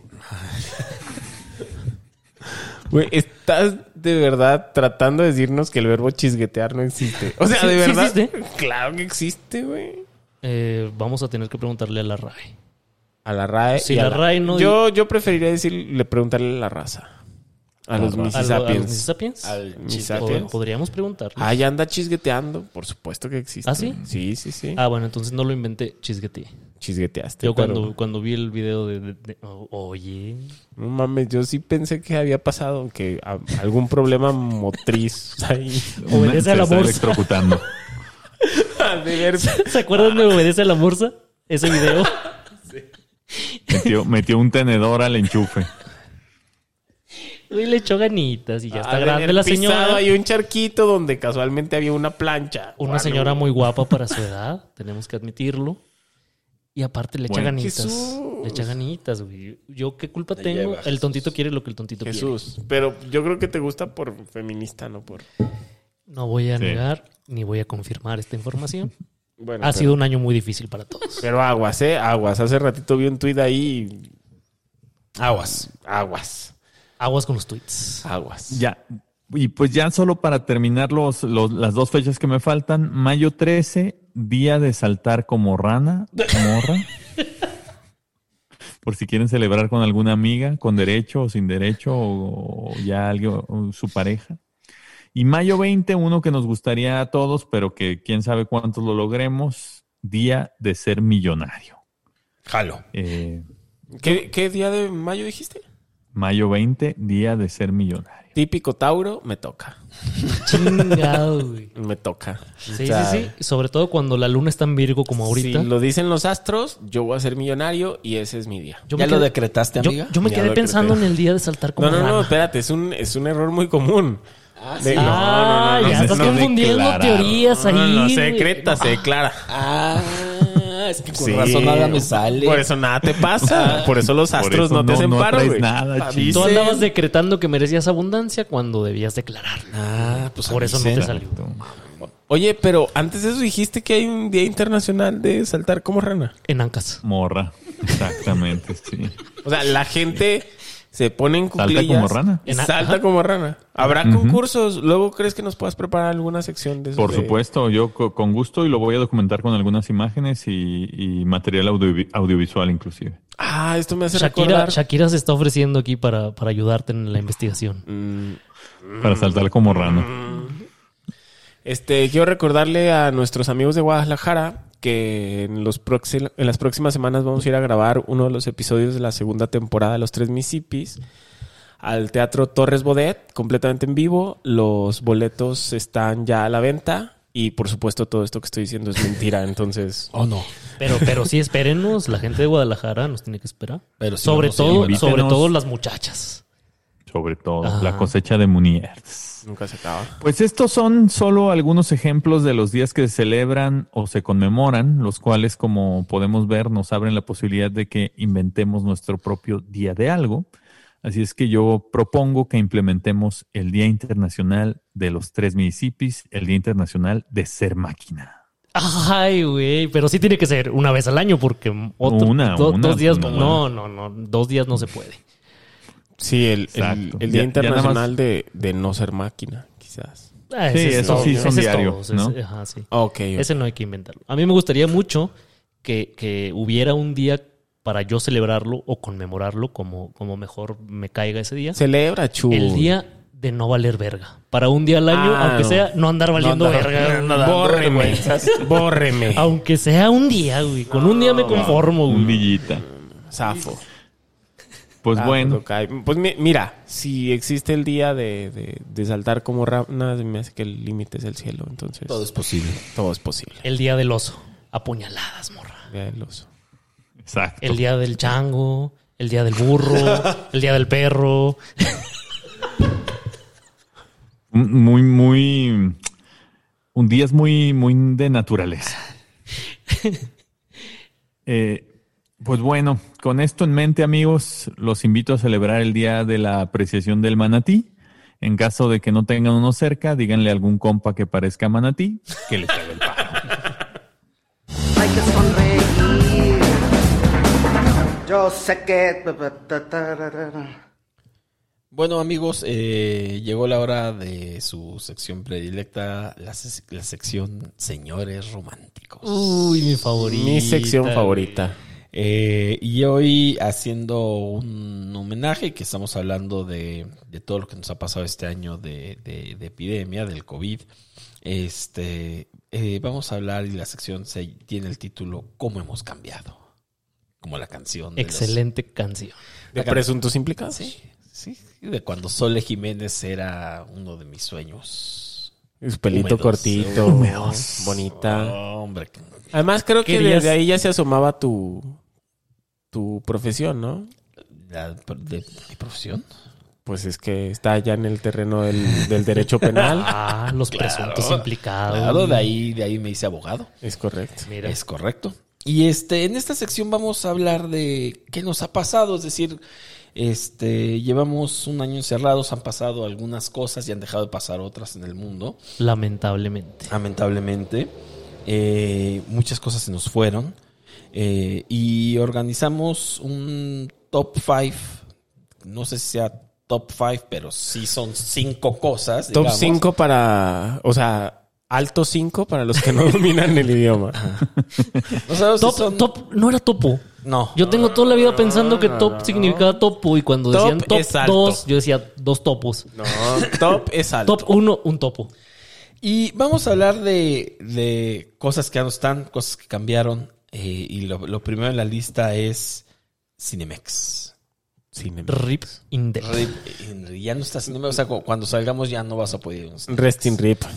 Güey, estás de verdad tratando de decirnos que el verbo chisguetear no existe. O sea,
Sí,
de
sí
verdad.
existe.
Claro que existe, güey.
Eh, vamos a tener que preguntarle a la RAE.
A la RAE.
Si
y a
la RAE no-
Yo, yo preferiría decirle, preguntarle a la raza. A, los
A lo- a los
misisapiens.
Mississippians.
Al
Pod-
Mississippians.
Podríamos preguntarle.
Ah, ya anda chisgueteando. Por supuesto que existe.
¿Ah, sí?
Sí, sí, sí.
Ah, bueno, entonces no lo inventé, chisgueteé.
Chisgueteaste.
Yo
pero-
cuando, cuando vi el video de... de- de- oh, oye...
No mames, yo sí pensé que había pasado que a- algún
*laughs*
problema motriz *laughs* ahí.
una-
Obedece a
se
la
está
bolsa.
electrocutando.
de ver-
*laughs* ¿Se acuerdan de Obedece a la Morsa? Ese video. *laughs*
Metió, metió un tenedor al enchufe.
Uy, le echó ganitas y ya está
Ah, de
grande
haber
la
pisado
señora.
Hay un charquito donde casualmente había una plancha.
Una
Guarda,
señora muy guapa para su edad, tenemos que admitirlo. Y aparte le echa
Bueno,
ganitas.
Jesús.
Le echa ganitas, güey. Yo qué culpa
Le
tengo.
lleva,
el tontito quiere lo que el tontito quiere.
Jesús. Pero yo creo que te gusta por feminista, no por.
No voy a
Sí.
negar ni voy a confirmar esta información.
Bueno,
ha
pero,
sido un año muy difícil para todos.
pero aguas, ¿eh? Aguas. Hace ratito vi un tuit ahí. y-
Aguas.
Aguas.
Aguas con los tweets.
Aguas.
Ya. Y pues ya solo para terminar los, los- las dos fechas que me faltan, mayo 13, día de saltar como rana, morra. Por si quieren celebrar con alguna amiga, con derecho o sin derecho, o, o ya alguien, o su pareja. Y mayo 20, uno que nos gustaría a todos, pero que quién sabe cuántos lo logremos, día de ser millonario.
Jalo.
Eh,
¿Qué, qué día de mayo dijiste?
mayo 20, día de ser millonario.
Típico Tauro, me toca.
*laughs* Chingado, güey.
Me toca.
Sí, sí, sí. Sobre todo cuando la luna está en Virgo como ahorita.
Si lo dicen los astros, yo voy a ser millonario y ese es mi día.
Yo
¿Ya
me
lo
quedé-
decretaste,
yo-
amiga?
Yo, me
Ya
quedé
lo
pensando en
decreté.
el día de saltar como
No, no, no,
rana.
espérate, es un, es un error muy común. De-
Ah,
no,
ya
no,
estás
no,
confundiendo
declarar.
teorías
No,
ahí.
no, no, se
güey.
decreta, se declara.
Ah, es que con
Sí.
razón nada me sale. Ah.
Por eso nada te pasa. Por eso los
Ah, Por
astros
eso
no te
no-
hacen
no
paro,
traes
güey.
nada,
Avisen.
Tú andabas decretando que merecías abundancia cuando debías declarar.
Ah, pues
Por eso no
avisen.
te salió.
Oye, pero antes de eso dijiste que hay un día internacional de saltar como rana.
En Ancas.
Morra, exactamente, sí.
O sea, la gente se pone en
Salta
cuclillas.
como rana.
y
En a-
salta
ajá.
como rana. Habrá
Ujú.
concursos. Luego crees que nos puedas preparar alguna sección de eso.
Por supuesto, yo co- con gusto y lo voy a documentar con algunas imágenes y, y material audiovi- audiovisual inclusive.
Ah, esto me hace
Shakira,
recordar.
Shakira se está ofreciendo aquí para, para ayudarte en la investigación.
Mm,
Para saltar como rana.
Este, quiero recordarle a nuestros amigos de Guadalajara que en, los próxi- en las próximas semanas vamos a ir a grabar uno de los episodios de la segunda temporada de Los Tres Mississippis al Teatro Torres Bodet, completamente en vivo. Los boletos están ya a la venta y por supuesto todo esto que estoy diciendo es mentira, entonces...
Oh, no.
Pero, pero sí, espérenos. La gente de Guadalajara nos tiene que esperar.
Pero sí
sobre
vamos a ir,
todo,
¿verdad?
sobre
Invítenos.
todo las muchachas.
Sobre todo,
Ajá.
Ah.
la cosecha de Muniers.
Nunca se acaba.
Pues estos son solo algunos ejemplos de los días que se celebran o se conmemoran, los cuales, como podemos ver, nos abren la posibilidad de que inventemos nuestro propio día de algo. Así es que yo propongo que implementemos el Día Internacional de los Tres Municipios, el Día Internacional de Ser Máquina.
Ay, güey. Pero sí tiene que ser una vez al año porque otro-
Una,
do-
una,
dos días.
una.
No, no, no. Dos días no se puede.
Sí, el, el-
Exacto.
el Día
Ya- ya nada más-
Internacional de, de no ser máquina, quizás.
Ah,
Sí,
ese es
eso
todo,
sí son
ese es
diario,
todo, ese-
¿no? Oh,
ese- ajá, sí.
Ah, Ok. ok.
Ese no hay que inventarlo. A mí me gustaría mucho que, que hubiera un día para yo celebrarlo o conmemorarlo como, como mejor me caiga ese día.
Celebra, Chuy.
El día de no valer verga. Para un día al año,
Ah,
aunque
no.
sea no andar valiendo
andar- *laughs*
verga.
no andar- *laughs* Bórreme. Bórreme.
Aunque sea un día, güey. Con un día me conformo,
Un
güey.
villita.
Zafo.
Pues
Ah,
bueno,
ok. Pues mi- mira, si existe el día de, de- de saltar como rana, me hace que el límite es el cielo. Entonces, todo
Todo
es,
es posible.
posible.
El día del oso. Apuñaladas, morra.
Día del oso.
exacto.
El día del chango. El día del burro. el día del perro.
Muy, muy. Un día es muy, muy de naturaleza. Eh, pues bueno, con esto en mente, amigos, los invito a celebrar el día de la apreciación del manatí. En caso de que no tengan uno cerca, díganle a algún compa que parezca manatí que les haga el paro.
Hay que sonreír.
Yo sé que... ta-ta-ta-ra-ra.
Bueno, amigos, eh, llegó la hora de su sección predilecta, la, se- la sección Señores Románticos.
Uy, mi favorito.
Mi sección favorita.
Eh, y hoy haciendo un homenaje que estamos hablando de, de todo lo que nos ha pasado este año de, de- de epidemia, del COVID. Este, eh, vamos a hablar y la sección se, tiene el título ¿Cómo hemos cambiado? Como la canción. de los-
Excelente canción.
¿De presuntos implicados?
Sí, sí, de cuando Sole Jiménez era uno de mis sueños.
Su pelito
Húmedos.
cortito.
Húmedos.
Bonita.
Hombre, que-
Además, creo que
Querías-
desde ahí ya se asomaba tu, tu profesión, ¿no?
la- de mi profesión.
Pues es que está ya en el terreno del, del derecho *laughs* penal.
Ah, los presuntos implicados.
Claro, de ahí, de ahí me hice abogado.
es correcto.
Mira.
Es correcto. Y este, en esta sección vamos a hablar de qué nos ha pasado, es decir, este, llevamos un año encerrados, han pasado algunas cosas y han dejado de pasar otras en el mundo,
Lamentablemente.
lamentablemente. Eh, muchas cosas se nos fueron Eh, y organizamos un top 5, no sé si sea top 5, pero sí son cinco cosas.
Top
digamos.
5 para. O sea, alto 5 para los que no *laughs* dominan el idioma.
No sabemos si
Top,
son-
top, no era topo.
No.
Yo tengo toda la vida pensando que top significaba topo y cuando
Top
decían top
es alto.
2, yo decía dos topos.
No, top es alto.
Top 1, un topo.
Y vamos a hablar de, de cosas que ya no están, cosas que cambiaron. eh, y lo, lo primero en la lista es Cinemex.
Cine.
Rip Index.
Re- en- ya no está Cinemex. O sea, cu- cuando salgamos ya no vas a poder ir. a un cine.
Rest in rip. *laughs*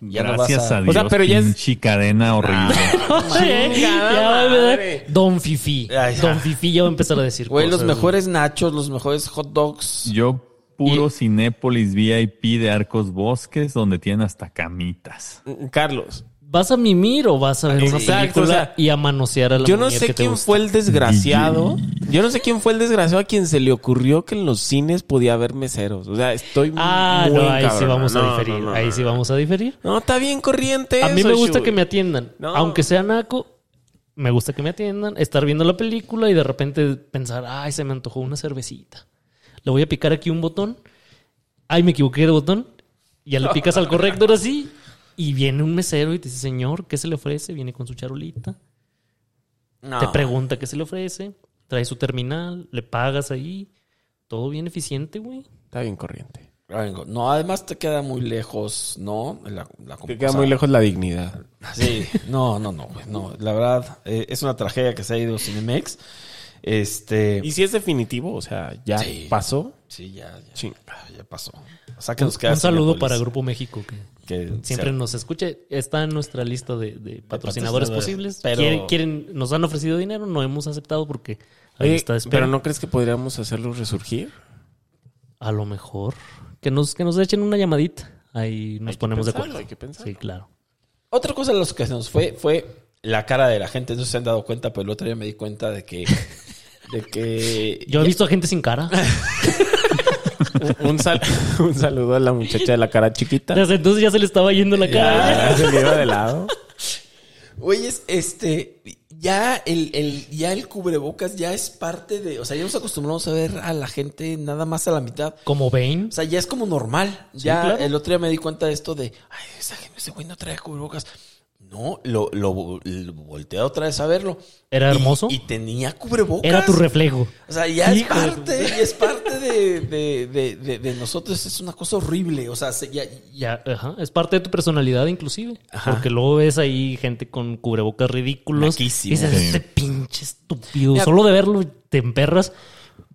Ya no vas
Gracias a,
O
Dios.
sea, pero ya es- Ah.
pinche cadena horrible.
*laughs* Ya va a ver, Don Fifi.
Ay, ya.
Don Fifi ya va a empezar a decir
Güey, los
cosas.
mejores nachos, los mejores hot dogs.
Yo puro Cinépolis VIP de Arcos Bosques, donde tienen hasta camitas.
Carlos,
¿Vas a mimir o vas a ver una
Exacto,
película
o sea,
y a manosear a la
yo no
muñeca
sé
que te
quién
gusta?
fue el desgraciado. Yo no sé quién fue el desgraciado a quien se le ocurrió que en los cines podía haber meseros. O sea, estoy
Ah,
muy
no, ahí sí
cabrón.
vamos a
No,
diferir.
no, no,
ahí
no.
sí vamos a diferir.
No, está bien corriente.
A mí
eso,
me gusta
Shui.
que me atiendan.
No.
Aunque sea naco, me gusta que me atiendan. Estar viendo la película y de repente pensar, ay, se me antojó una cervecita. Le voy a picar aquí un botón. Ay, me equivoqué de botón. Ya le picas al corrector así. Y viene un mesero y te dice, señor, ¿qué se le ofrece? Viene con su charolita.
No.
Te pregunta qué se le ofrece. Trae su terminal. Le pagas ahí. Todo bien eficiente, güey.
Está bien corriente.
ah, Vengo. No, además te queda muy lejos, ¿no? La, la
Te
o
queda
sea,
muy lejos la dignidad.
Sí, no, no, no, güey, no. La verdad, eh, es una tragedia que se ha ido Cinemex. Este.
Y si es definitivo, o sea, ya
Sí.
pasó.
Sí, ya, ya,
Sí.
ya pasó. O sea, que nos queda
un saludo
Cinépolis,
para Grupo México. Que
que
siempre
sea-
nos escuche. Está en nuestra lista de, de patrocinadores
patrocinadores,
posibles.
pero-
Quieren, quieren- nos han ofrecido dinero, no hemos aceptado porque ahí
Oye,
está espera.
pero no crees que podríamos hacerlo resurgir?
A lo mejor que nos, que nos echen una llamadita. Ahí nos ponemos de
pensarlo,
acuerdo.
hay que pensarlo.
sí, claro.
Otra cosa de los que se nos fue fue la cara de la gente. No sé si se han dado cuenta, pero el otro día me di cuenta de que. De que *laughs*
Yo he visto a gente sin
*laughs*
cara. *laughs*
un, sal- *laughs* un saludo a la muchacha de la cara chiquita.
Desde entonces *laughs* ya se le estaba yendo la cara.
Ah, se le iba de lado.
Güey, es- este. ya el, el- ya el cubrebocas ya es parte de. O sea, ya nos acostumbramos a ver a la gente nada más a la mitad.
Como Bane.
O sea, ya es como normal. ya
claro.
el otro día me di cuenta de esto de, ay, esa gente, ese güey no trae cubrebocas. No, lo, lo, lo volteé otra vez a verlo.
¿Era
Y-
hermoso?
Y, tenía cubrebocas.
Era tu reflejo.
O sea, ya es
Hijo de tu-
parte, y es parte de, de, de, de- de nosotros. Es una cosa horrible. O sea, se- ya,
Ya, ajá, es parte de tu personalidad inclusive.
Ajá.
Porque luego ves ahí gente con cubrebocas ridículos.
Naquísimo.
Y dices,
Sí.
este pinche estúpido. Solo de verlo te emperras.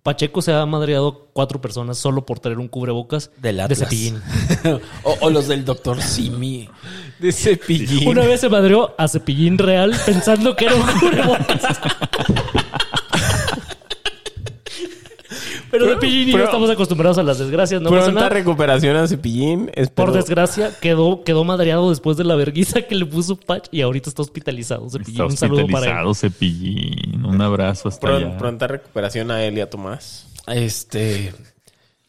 Pacheco se ha madreado cuatro personas solo por traer un cubrebocas
Del
de
Atlas.
*laughs* cepillín.
o, o los del doctor Simi.
De cepillín.
Una vez se madreó a cepillín real pensando que era un
*laughs*
cubrebocas. Pero cepillín y yo
pero-
estamos acostumbrados a las desgracias, *laughs* no pasa
Pronta
nada.
recuperación a cepillín.
Por
espero-
desgracia, quedó, quedó madreado después de la verguiza que le puso Patch y ahorita está hospitalizado. Cepillín,
Está
un saludo para él.
hospitalizado, Cepillín. Un abrazo hasta
pron-
allá.
pronta recuperación a él y a Tomás.
Este.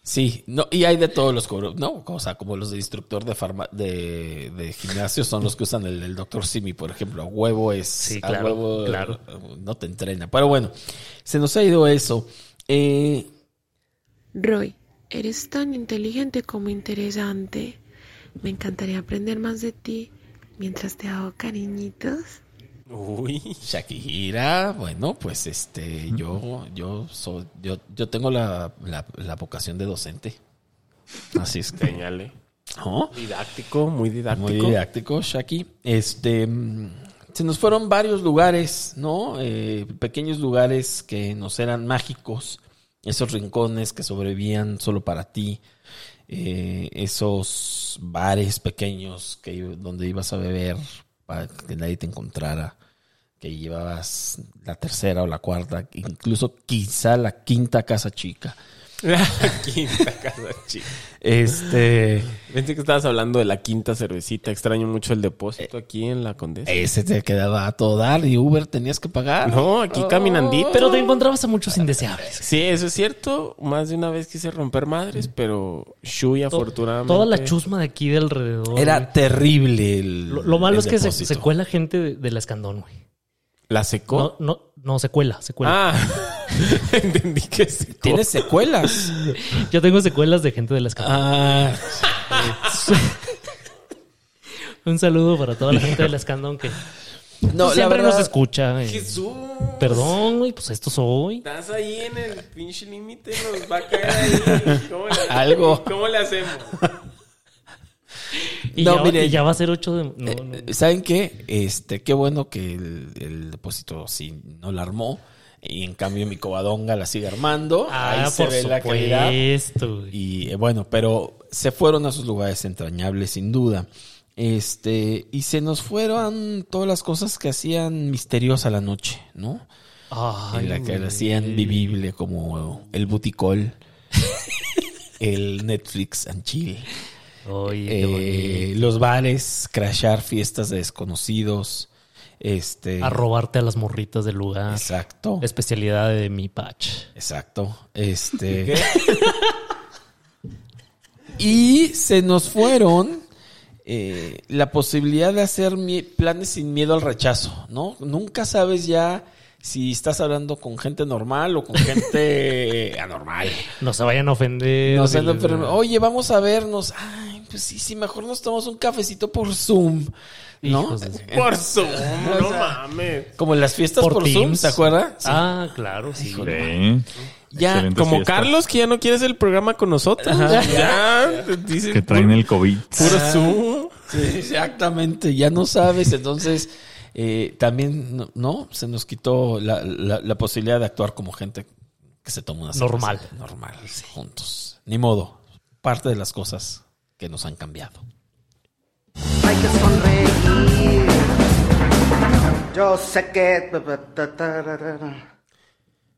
Sí, no, y hay de todos los cubrebocas, ¿no? O sea, como los de instructor de, farma- de, de gimnasio son los que usan el, del doctor Simi, por ejemplo. A huevo es.
Sí,
a
claro,
huevo,
claro.
No te entrena. Pero bueno, se nos ha ido eso. Eh,
Roy, eres tan inteligente como interesante. Me encantaría aprender más de ti mientras te hago cariñitos.
Uy.
Shakira, bueno, pues este, yo, yo, soy, yo, yo tengo la, la, la vocación de docente. Así es que.
Señale.
¿no?
Didáctico, muy didáctico.
Muy
*laughs*
didáctico, Shaki. Este, mm, se nos fueron varios lugares, ¿no? Eh, pequeños lugares que nos eran mágicos. Esos rincones que sobrevivían solo para ti. Eh, esos bares pequeños que, donde ibas a beber para que nadie te encontrara. Que llevabas la tercera o la cuarta, incluso quizá la quinta casa chica.
La quinta casa chica.
Este.
Pensé que estabas hablando de la quinta cervecita. Extraño mucho el depósito aquí en la Condesa.
Eh,
Ese te quedaba a todo dar y Uber tenías que pagar.
No, aquí caminandito.
Oh, Pero te encontrabas a muchos indeseables.
Sí, eso es cierto. Más de una vez quise romper madres, pero Shui
To-
afortunadamente.
Toda la chusma de aquí de alrededor. güey.
Era terrible el.
Lo, lo malo
el
es que se,
depósito.
se cuela gente de, de la escandón, güey.
¿La secó?
No, no, no, secuela, secuela.
Ah, *laughs* entendí que secó.
Tiene secuelas.
Yo tengo secuelas de gente de la escandón.
Ah,
Un saludo para toda la gente de la
*laughs*
escandón que pues,
no, la
siempre nos
verdad.
escucha. eh.
Jesús.
Perdón, güey, pues esto soy.
Estás ahí en el pinche límite, nos va a caer ahí. ¿Cómo le,
Ah,
Algo.
¿Cómo le hacemos?
Y,
No,
ya,
mire.
y ya va a ser 8 de... No,
Eh,
no.
eh, ¿Saben qué? Este, qué bueno que el, el depósito sí no la armó. Y en cambio, mi cobadonga la sigue armando.
Ah,
Ahí se
por
ve la calidad.
supuesto. güey.
Y eh, bueno, pero se fueron a sus lugares entrañables, sin duda. Este, y se nos fueron todas las cosas que hacían misteriosa la noche, ¿no?
Ay,
en la que
güey.
la hacían vivible como el
*laughs*
buticol, el Netflix and chill,
Oye, qué
eh, los bares, crashar fiestas de desconocidos, este,
bonito. a robarte a las morritas del lugar.
exacto,
Especialidad de mi patch.
exacto,
*laughs*
este, *laughs* y se nos fueron eh, la posibilidad de hacer mi- planes sin miedo al rechazo, ¿no? Nunca sabes ya si estás hablando con gente normal o con gente anormal.
No se vayan a ofender.
No sé,
del-
no, pero, oye, vamos a vernos. Ay, pues sí, sí, mejor nos tomamos un cafecito por Zoom. ¿No?
Hijos de su-
Por su no mames.
Como en las fiestas por,
Por
Zoom,
Teams.
¿se acuerda? Sí.
Ah, claro, sí.
Sí.
Ya,
Excelentes
Como
fiestas
Carlos, que ya no quieres el programa con nosotros. Ya, dicen
Que traen el COVID.
puro Zoom.
Sí, exactamente, ya no sabes. Entonces, eh, también, no, ¿no? Se nos quitó la, la- la posibilidad de actuar como gente que se toma una cerveza.
Normal.
Normal, juntos. Ni modo. Parte de las cosas que nos han cambiado.
Hay que sonreír.
Yo sé que... ta, ta, ta, ta, ta, ta.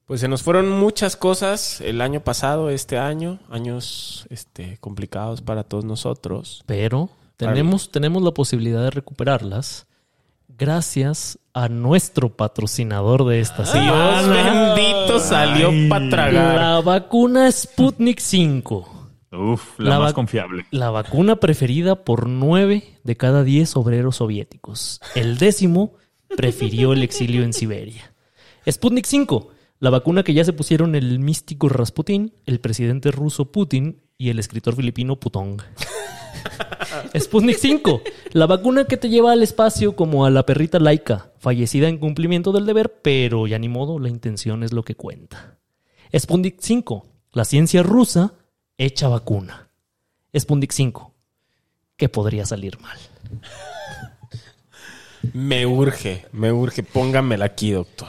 Pues se nos fueron muchas cosas el año pasado, este año, años este, complicados para todos nosotros.
Pero tenemos, tenemos la posibilidad de recuperarlas gracias a nuestro patrocinador de
Ah,
esta
Dios
semana.
bendito salió
Ay.
para tragar.
La vacuna Sputnik 5.
Uf, la,
La
más
vac-
confiable.
La vacuna preferida por 9 de cada 10 obreros soviéticos. El décimo prefirió el exilio en Siberia. Sputnik 5, la vacuna que ya se pusieron el místico Rasputin, el presidente ruso Putin y el escritor filipino Putong. *laughs* Sputnik 5, la vacuna que te lleva al espacio como a la perrita laica, fallecida en cumplimiento del deber, pero ya ni modo, la intención es lo que cuenta. Sputnik 5, la ciencia rusa hecha vacuna. Sputnik 5, que podría salir mal.
Me urge, me urge. Póngamela aquí, doctor.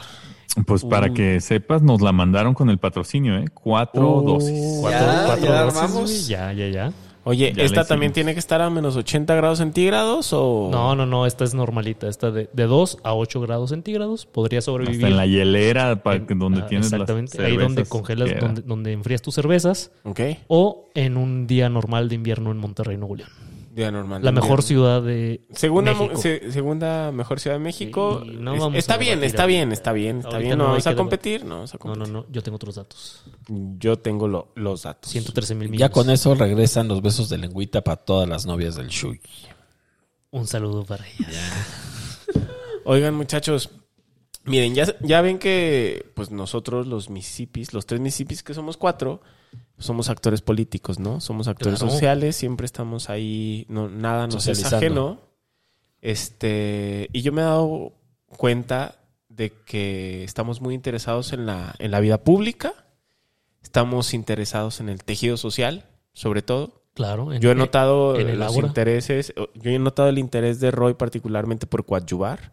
Pues para que sepas, nos la mandaron con el patrocinio, ¿eh?
Oh,
Cuatro dosis.
Ya,
Ah,
ya
dosis,
armamos.
güey, Ya, ya, ya.
Oye,
Ya
¿esta
le
también
hicimos.
tiene que estar a menos 80 grados centígrados o...?
No, no, no, esta es normalita. Esta de, de 2 a 8 grados centígrados podría sobrevivir.
Hasta en la hielera para que- donde
Ah,
tienes las
Exactamente, ahí donde
cervezas
congelas,
que era.
donde, donde enfrías tus cervezas.
Ok,
O en un día normal de invierno en Monterrey, Nuevo León.
ya normal.
La mejor ciudad
ciudad.
de
Segunda, mu-
México.
se- segunda mejor ciudad de México.
Y no
Es-
vamos
está,
a
bien,
debatir
está bien,
ahorita.
está bien, está
Ahorita
bien. No,
no hay
vamos a
que
competir, no vamos a
No, no,
competir.
no, yo tengo otros datos.
Yo tengo lo- los datos.
113 mil millones.
Ya con eso regresan los besos de lengüita para todas las novias del Shui.
Un saludo para ellas.
Oigan, muchachos, miren, ya, ya ven que pues nosotros los Mississippis, los tres Mississippis que somos cuatro, somos actores políticos, ¿no? Somos actores
Claro.
sociales, siempre estamos ahí, no, nada nos es
Socializando.
ajeno. Este, y yo me he dado cuenta de que estamos muy interesados en la, en la vida pública, estamos interesados en el tejido social, sobre todo.
Claro.
Yo he notado
en el
los
Ágora.
intereses, yo he notado el interés de Roy particularmente por coadyuvar.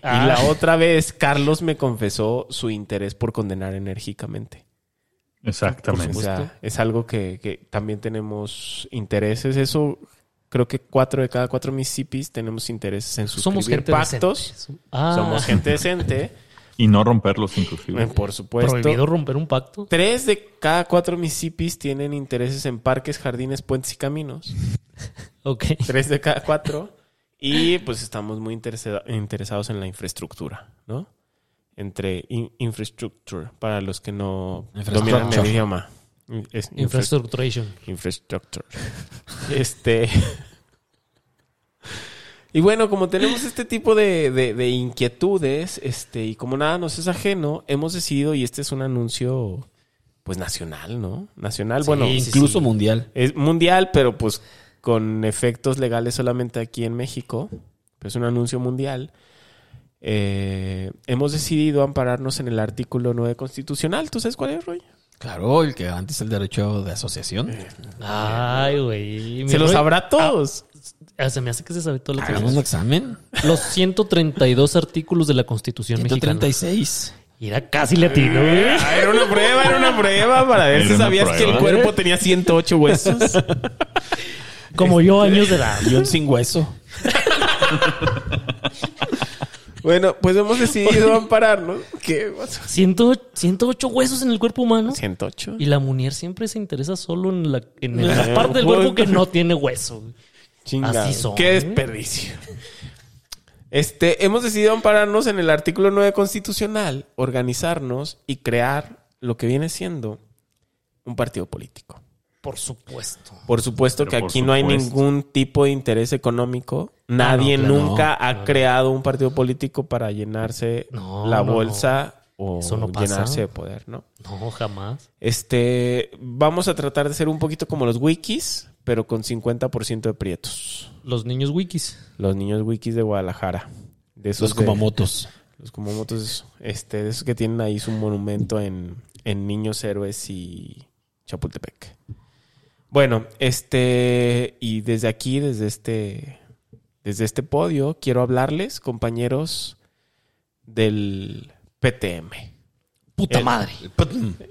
Ah.
Y la otra vez, Carlos me confesó su interés por condenar enérgicamente.
Exactamente.
O sea, es algo que, que también tenemos intereses. Eso creo que cuatro de cada cuatro municipios tenemos intereses en suscribir
Somos gente
pactos.
decente. Ah,
Somos
*laughs*
gente decente,
y no romperlos inclusive.
eh, por supuesto.
prohibido romper un pacto.
Tres de cada cuatro municipios tienen intereses en parques, jardines, puentes y caminos.
Ok.
Tres de cada cuatro. Y pues estamos muy interesa- interesados en la infraestructura, ¿no? Entre in- infrastructure, para los que no dominan el
Infrastructure.
idioma. In- es infra-
Infrastructuration.
infrastructure. Este. *laughs* Y bueno, como tenemos este tipo de, de- de inquietudes, este, y como nada nos es ajeno, hemos decidido, y este es un anuncio, pues nacional, ¿no? Nacional, bueno,
Incluso mundial.
es mundial, pero pues con efectos legales solamente aquí en México. Pero Es un anuncio mundial. Eh, hemos decidido ampararnos en el artículo 9 constitucional. ¿Tú sabes cuál es, Roy?
Claro, el que antes el derecho de asociación.
Ay, güey.
Se
Mi
lo
Roy-
sabrá todos.
Ah, se me hace que se sabe todo lo que
Hagamos un examen.
Los 132 artículos de la Constitución mexicana.
136.
Mira, casi le atino, güey.
Ah, era una prueba, era una prueba para ver
Era
si
una
sabías que el
prueba.
cuerpo tenía 108 huesos.
Como yo, años de edad.
Y un sin hueso.
bueno, pues hemos decidido ampararnos. ¿Qué pasó?
108, 108 huesos en el cuerpo humano.
108.
Y la Munier siempre se interesa solo en la, en la parte del cuerpo
*laughs*
que no tiene hueso. güey.
Chinga,
Así son,
Qué
¿eh?
desperdicio. Este, hemos decidido ampararnos en el artículo 9 constitucional, organizarnos y crear lo que viene siendo un partido político.
Por supuesto.
Por supuesto
Pero
que
por
aquí no hay
supuesto.
ningún tipo de interés económico. Nadie
claro,
nunca
no,
ha
claro.
creado un partido político para llenarse
No,
la
no, no.
bolsa o
Eso no pasa.
llenarse de poder, ¿no?
No, jamás.
Este, vamos a tratar de ser un poquito como los wikis, pero con 50% de prietos.
Los niños wikis.
Los niños wikis de Guadalajara. De esos
Los
de-
Kumamotos.
Los Kumamotos, este, de esos que tienen ahí su monumento en, en Niños Héroes y Chapultepec. Bueno, este, y desde aquí, desde este, desde este podio, quiero hablarles, compañeros, del PTM.
Puta
El-
madre.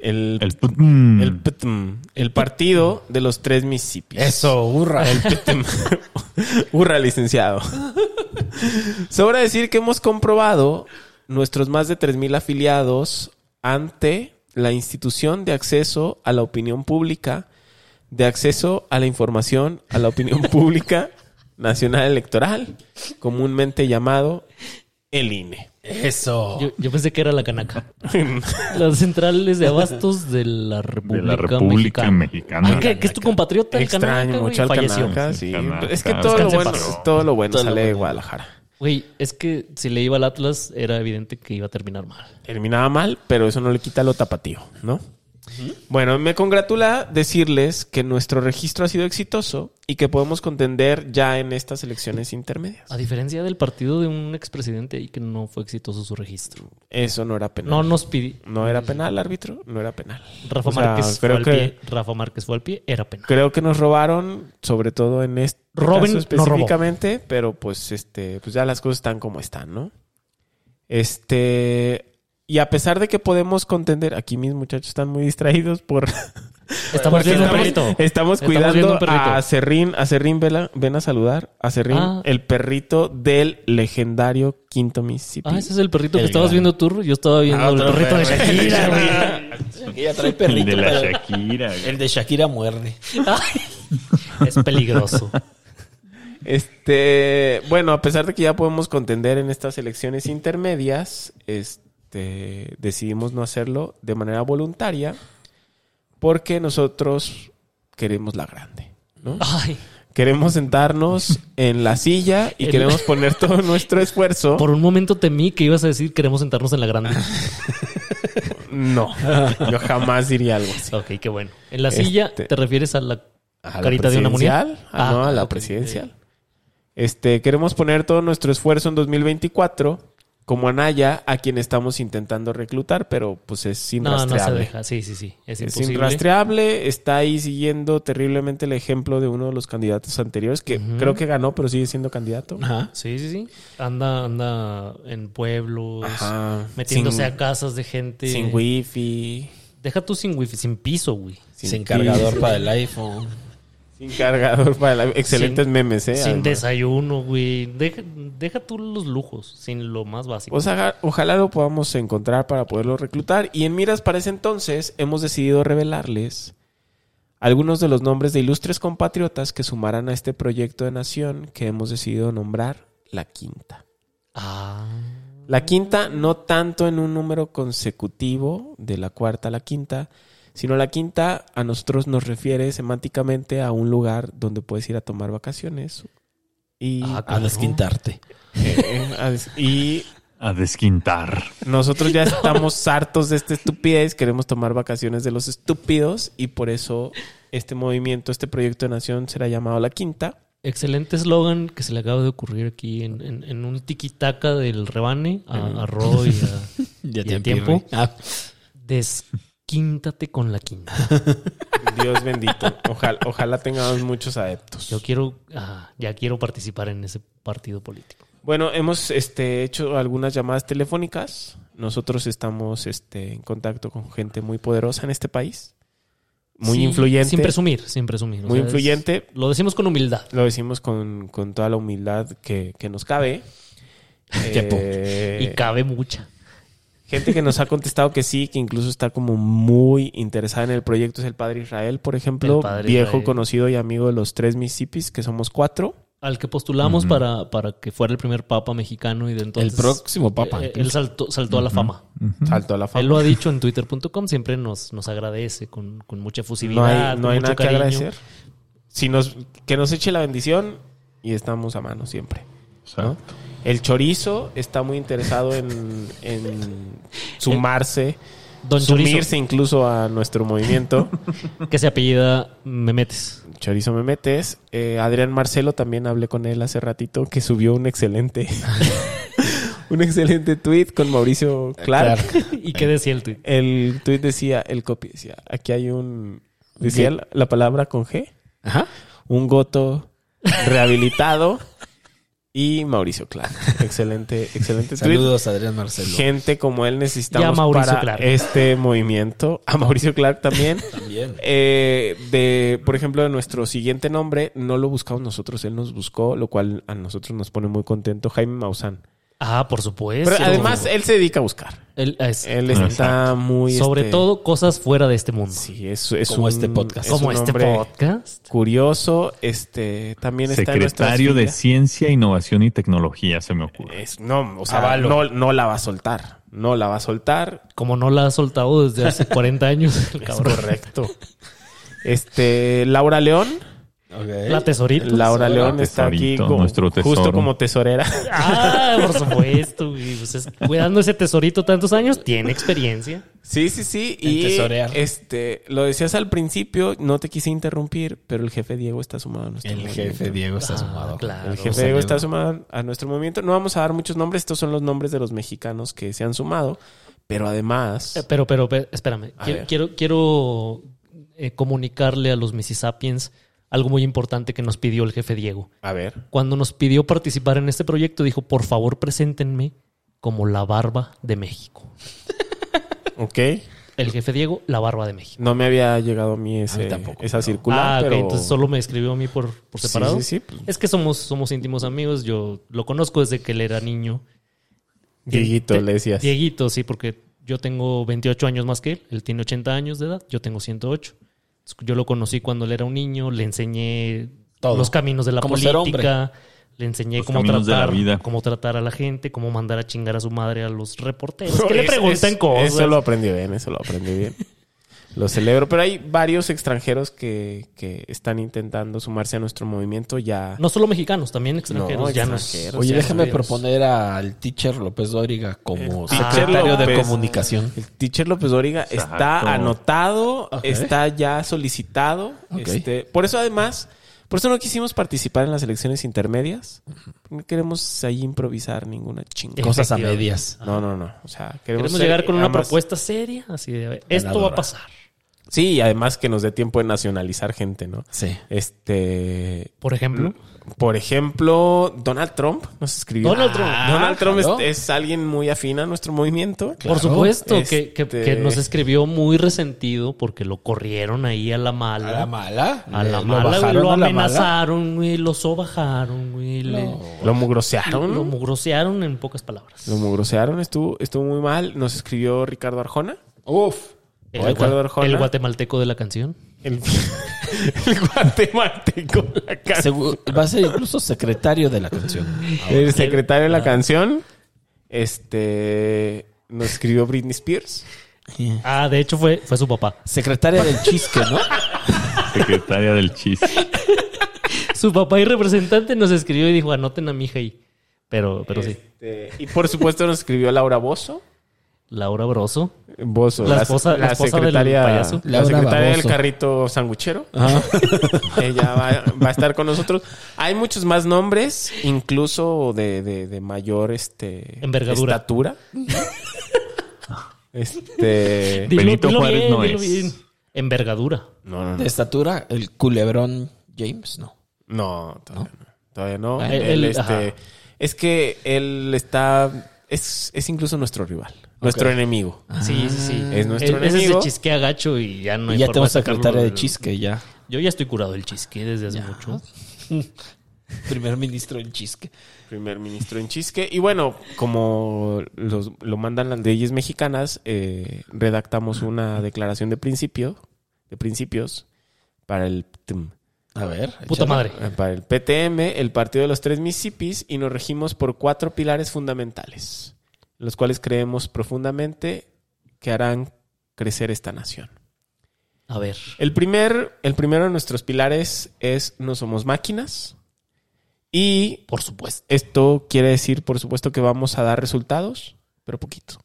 El,
El put- mm.
el PTM, el partido de los tres Mississippis.
Eso, hurra.
*laughs* Hurra, licenciado. Sobra decir que hemos comprobado nuestros más de 3.000 afiliados ante la institución de acceso a la opinión pública, de acceso a la información, a la opinión *laughs* pública nacional electoral, comúnmente llamado el INE.
Eso.
Yo, yo pensé que era la canaca.
E.
Las centrales de abastos de la
de
República,
la República
Mexicana.
Mexicana.
Ah, que, que es tu compatriota, el
Extraño
canaca, güey,
mucho al
falleció.
Canaca, sí.
Canaca,
Es que todo lo
descanse en
bueno,
paz.
todo lo bueno
Todo lo
sale de
bueno.
Guadalajara.
Güey, es que si le iba al Atlas era evidente que iba a terminar mal.
terminaba mal, pero eso no le quita lo tapatío, ¿no? Bueno, me congratula decirles que nuestro registro ha sido exitoso y que podemos contender ya en estas elecciones intermedias.
A diferencia del partido de un expresidente ahí que no fue exitoso su registro.
Eso no era penal.
No nos pidió.
No era penal, árbitro, no era penal.
Rafa
O sea,
Márquez fue
creo
al
que-
pie. Rafa Márquez fue al pie, era penal.
Creo que nos robaron, sobre todo en este
Robin
caso
nos robó.
específicamente, pero pues este, pues ya las cosas están como están, ¿no? Este, y a pesar de que podemos contender, aquí mis muchachos están muy distraídos por
Estamos
Porque
viendo un
estamos-
perrito.
*laughs* Estamos
viendo
cuidando
un perrito.
a Serrín. A Serrín, vela- ven a, saludar. A Serrín,
Ah.
el perrito del legendario Quinto Mississippi.
Ah, ese es el perrito que
El
estabas
gran.
viendo tú. Yo estaba
Ah,
viendo el perrito Ah, de Shakira, güey.
Shakira trae
El
perrito.
de la
pero
Shakira.
*laughs*
güey.
el de Shakira muerde.
Ay, Es peligroso.
Este, bueno, a pesar de que ya podemos contender en estas elecciones intermedias, este, decidimos no hacerlo de manera voluntaria porque nosotros queremos la grande, ¿no?
Ay,
Queremos sentarnos en la silla y
El-
queremos poner todo nuestro esfuerzo.
por un momento temí que ibas a decir queremos sentarnos en la
*laughs*
grande. *laughs*
No, yo jamás diría algo así.
Ok, qué bueno. En la silla
Este-
te refieres a la
a la
carita de una
presidencial.
moneda.
Ah, no, a la
ok.
presidencial. Este, queremos poner todo nuestro esfuerzo en 2024 como Anaya, a quien estamos intentando reclutar, pero pues es
No, no se
inrastreable.
deja. Sí, sí, sí. Es,
es
imposible.
inrastreable, está ahí siguiendo terriblemente el ejemplo de uno de los candidatos anteriores, que creo que ganó, pero sigue siendo candidato.
Ah,
Ajá.
Sí, sí, sí. Anda, anda en pueblos,
Ajá.
metiéndose
Sin-
a casas de gente.
Sin wifi,
Deja tú sin wifi, sin piso, güey.
sin,
Sin
*laughs*
cargador
pis,
para el iPhone.
Sin cargador para la- Excelentes memes, eh.
sin
además.
desayuno, güey. Deja, deja tú los lujos, sin lo más básico.
O sea, ojalá lo podamos encontrar para poderlo reclutar. Y en miras para ese entonces hemos decidido revelarles algunos de los nombres de ilustres compatriotas que sumarán a este proyecto de nación que hemos decidido nombrar la quinta.
ah,
La quinta no tanto en un número consecutivo de la cuarta a la quinta, sino la quinta a nosotros nos refiere semánticamente a un lugar donde puedes ir a tomar vacaciones y,
Ah,
A
Claro.
*laughs*
desquintarte.
eh, a- y
A desquintar.
Nosotros ya estamos hartos de esta estupidez, queremos tomar vacaciones de los estúpidos y por eso este movimiento, este proyecto de nación será llamado La Quinta.
excelente eslogan que se le acaba de ocurrir aquí en, en, en un tiquitaca del rebane a, a Roy.
*laughs*
a-
Ya
te empirré.
Ah.
desquíntate con la quinta.
*laughs* Dios bendito. Ojalá, ojalá tengamos muchos adeptos.
Yo quiero, ah, ya quiero participar en ese partido político.
Bueno, hemos este, hecho algunas llamadas telefónicas. Nosotros estamos este, en contacto con gente muy poderosa en este país, muy
Sí,
influyente.
Sin presumir, sin presumir. O
Muy
sea, es-
influyente.
lo decimos con humildad.
Lo decimos con, con toda la humildad que, que nos cabe.
*laughs*
po-
Eh,
y cabe mucha.
Gente que nos ha contestado que sí, que incluso está como muy interesada en el proyecto es el Padre Israel, por ejemplo,
El Padre
viejo
Israel.
conocido y amigo de los tres Mississippis, que somos cuatro.
Al que postulamos para, para que fuera el primer papa mexicano y de entonces...
el próximo papa.
eh, él saltó, saltó a la fama.
Salto a la
Él lo
fama.
ha dicho en twitter.com, siempre nos, nos agradece con, con mucha
No
efusividad,
hay, no
con
hay
mucho
nada que
cariño.
agradecer. Si nos, que nos eche la bendición y estamos a mano siempre. ¿no? El chorizo está muy interesado en,
*laughs*
en sumarse,
Don
sumirse
Chorizo,
incluso a nuestro movimiento.
que se apellida
*laughs*
Memetes.
Chorizo me metes. Eh, Adrián Marcelo también hablé con él hace ratito que subió un excelente, *laughs* un excelente tweet con Mauricio Clark.
¿Y qué decía el tuit?
El tweet decía, el copy decía, aquí hay un, decía la, la palabra con G,
Ajá.
un goto rehabilitado y Mauricio Clark. Excelente, excelente tweet.
Saludos, Adrián Marcelo.
Gente como él necesitamos
Y a Mauricio
para
Clark.
este movimiento. A Mauricio Clark también.
También.
Eh, de, por ejemplo, de nuestro siguiente nombre, no lo buscamos nosotros, él nos buscó, lo cual a nosotros nos pone muy contento, Jaime Maussan.
Ah, por supuesto.
Pero además, él se dedica a buscar.
Él es-
Él está
Exacto.
muy...
sobre
este,
todo cosas fuera de este mundo.
Sí, es, es
Como
un-
este podcast.
es
como
un
este
hombre
podcast.
Curioso, este, también está en nuestra
Secretario de
fila.
Ciencia, Innovación y Tecnología, se me ocurre.
Es- no, o sea,
Avalo.
no, no la va a soltar. No la va a soltar.
Como no la ha soltado
*laughs*
desde hace 40 años, el
Es
cabrón.
correcto. Este, Laura León.
La tesorita.
Laura León
La
está aquí
pues, tesorito,
como-
nuestro tesoro.
justo como tesorera.
*laughs* Ah, por supuesto, güey. Pues es- cuidando ese tesorito tantos años, tiene experiencia.
Sí, sí, sí.
En
Y
tesorear.
este, lo decías al principio, no te quise interrumpir, pero el jefe Diego está sumado a nuestro
El
movimiento.
jefe Diego está
Ah,
sumado.
claro.
El
El jefe
jefe
Diego está sumado a nuestro movimiento. No vamos a dar muchos nombres, estos son los nombres de los mexicanos que se han sumado, pero además.
Eh, Pero, pero, pero, espérame.
A
Quiero,
ver.
quiero, quiero, eh, comunicarle a los Mississappiens algo muy importante que nos pidió el jefe Diego.
A ver.
Cuando nos pidió participar en este proyecto, dijo, por favor, preséntenme como la barba de México.
Ok.
El jefe Diego, la barba de México.
No me había llegado a mí, ese,
A mí tampoco,
esa
pero-
circular.
ah, ok,
pero-
entonces solo me escribió a mí por, por
Sí,
separado.
Sí, sí, pues,
Es que somos, somos íntimos amigos. Yo lo conozco desde que él era niño.
Dieguito,
Te-
le decías.
Dieguito, sí, porque yo tengo 28 años más que él. Él tiene 80 años de edad, yo tengo 108. Entonces, Yo lo conocí cuando él era un niño, le enseñé
Todo.
los caminos de la
Cómo ser
política, le enseñé
Los
cómo
caminos
tratar,
de la vida.
cómo tratar a la gente, cómo mandar a chingar a su madre a los reporteros. Que le
Es-
preguntan
es-
cosas.
Eso lo aprendí bien, eso lo aprendí
*laughs*
bien. Lo celebro, pero hay varios extranjeros que, que están intentando sumarse a nuestro movimiento ya.
No solo mexicanos, también extranjeros.
No,
ya nos-
extranjeros.
Oye,
Sí,
déjame
amigos.
proponer al teacher López Dóriga como
El teacher
secretario de
López.
comunicación.
El teacher López Dóriga
Exacto.
está anotado,
Ok.
está ya solicitado.
Ok.
Este, por eso, además, por eso no quisimos participar en las elecciones intermedias. No queremos ahí improvisar ninguna chingada.
Cosas a
Efectivamente.
medias.
No, no, no. O sea, queremos,
Queremos llegar
ser-
con una
además-
propuesta seria, así de, a ver, esto va a
Ganadora.
pasar.
Sí, y además que nos dé tiempo de nacionalizar gente, ¿no?
Sí.
Este,
Por ejemplo,
Por ejemplo, Donald Trump nos escribió. Ah,
Donald Trump. Ah,
Donald Trump es,
claro.
es alguien muy afín a nuestro movimiento.
Claro.
por supuesto, que, que-
Este-
que nos escribió muy resentido porque lo corrieron ahí a la mala.
A la mala.
A
le-
la mala, güey,
bajaron
lo
a la mala.
amenazaron, güey, lo sobajaron, güey, le-
Lo mugrosearon.
lo,
Lo,
lo mugrosearon en pocas palabras.
mugrosearon, estuvo, estuvo muy mal. Nos escribió Ricardo Arjona.
Uf.
El,
Oye,
gua-
Ricardo Arjona.
el guatemalteco de la canción.
El, el guatemalteco. La canción.
Segu- va a ser incluso secretario de la canción. Ah,
el secretario de
Ah.
la canción. Este. Nos escribió Britney Spears.
Ah, de hecho fue, fue su papá. *laughs*
Secretaria del chisque, ¿no?
Secretaria del chiste.
Su papá y representante nos escribió y dijo, anoten a mi hija ahí. Pero, pero sí.
Este, y por supuesto nos escribió Laura Bozo.
Laura Broso.
Bozo,
La esposa- la esposa del payaso.
la
Laura
secretaria del
Baboso.
carrito sanguchero. *laughs* Ella va, va a estar con nosotros. Hay muchos más nombres, incluso de, de- de mayor este
Envergadura.
estatura.
Eh,
este
Benito Juárez no es.
Envergadura.
no, no,
De
no.
estatura, el culebrón James, ¿no?
No, todavía no. Todavía no.
Ah,
Él,
él-
este,
ajá.
es que él está es, es incluso nuestro rival, nuestro enemigo.
Sí, sí, sí.
Ah,
Es nuestro
E- ese
enemigo.
se chisquea gacho y ya no
y
hay
ya
forma
tenemos
de sacarlo
secretaria de
del-
chisque,
*laughs*
ya.
Yo ya estoy curado del chisque desde hace mucho.
Primer ministro del chisque.
Primer ministro en Chisque. Y bueno, como los- lo mandan las leyes mexicanas, eh, redactamos una declaración de principio, de principios, para el PTM,
A ver.
Puta
échale.
madre.
eh, para el PTM, el Partido de los Tres Mississippis, y nos regimos por cuatro pilares fundamentales, los cuales creemos profundamente que harán crecer esta nación.
A ver.
El, primer, el primero de nuestros pilares es no somos máquinas y
Por supuesto.
Esto quiere decir, por supuesto, que vamos a dar resultados, pero poquito.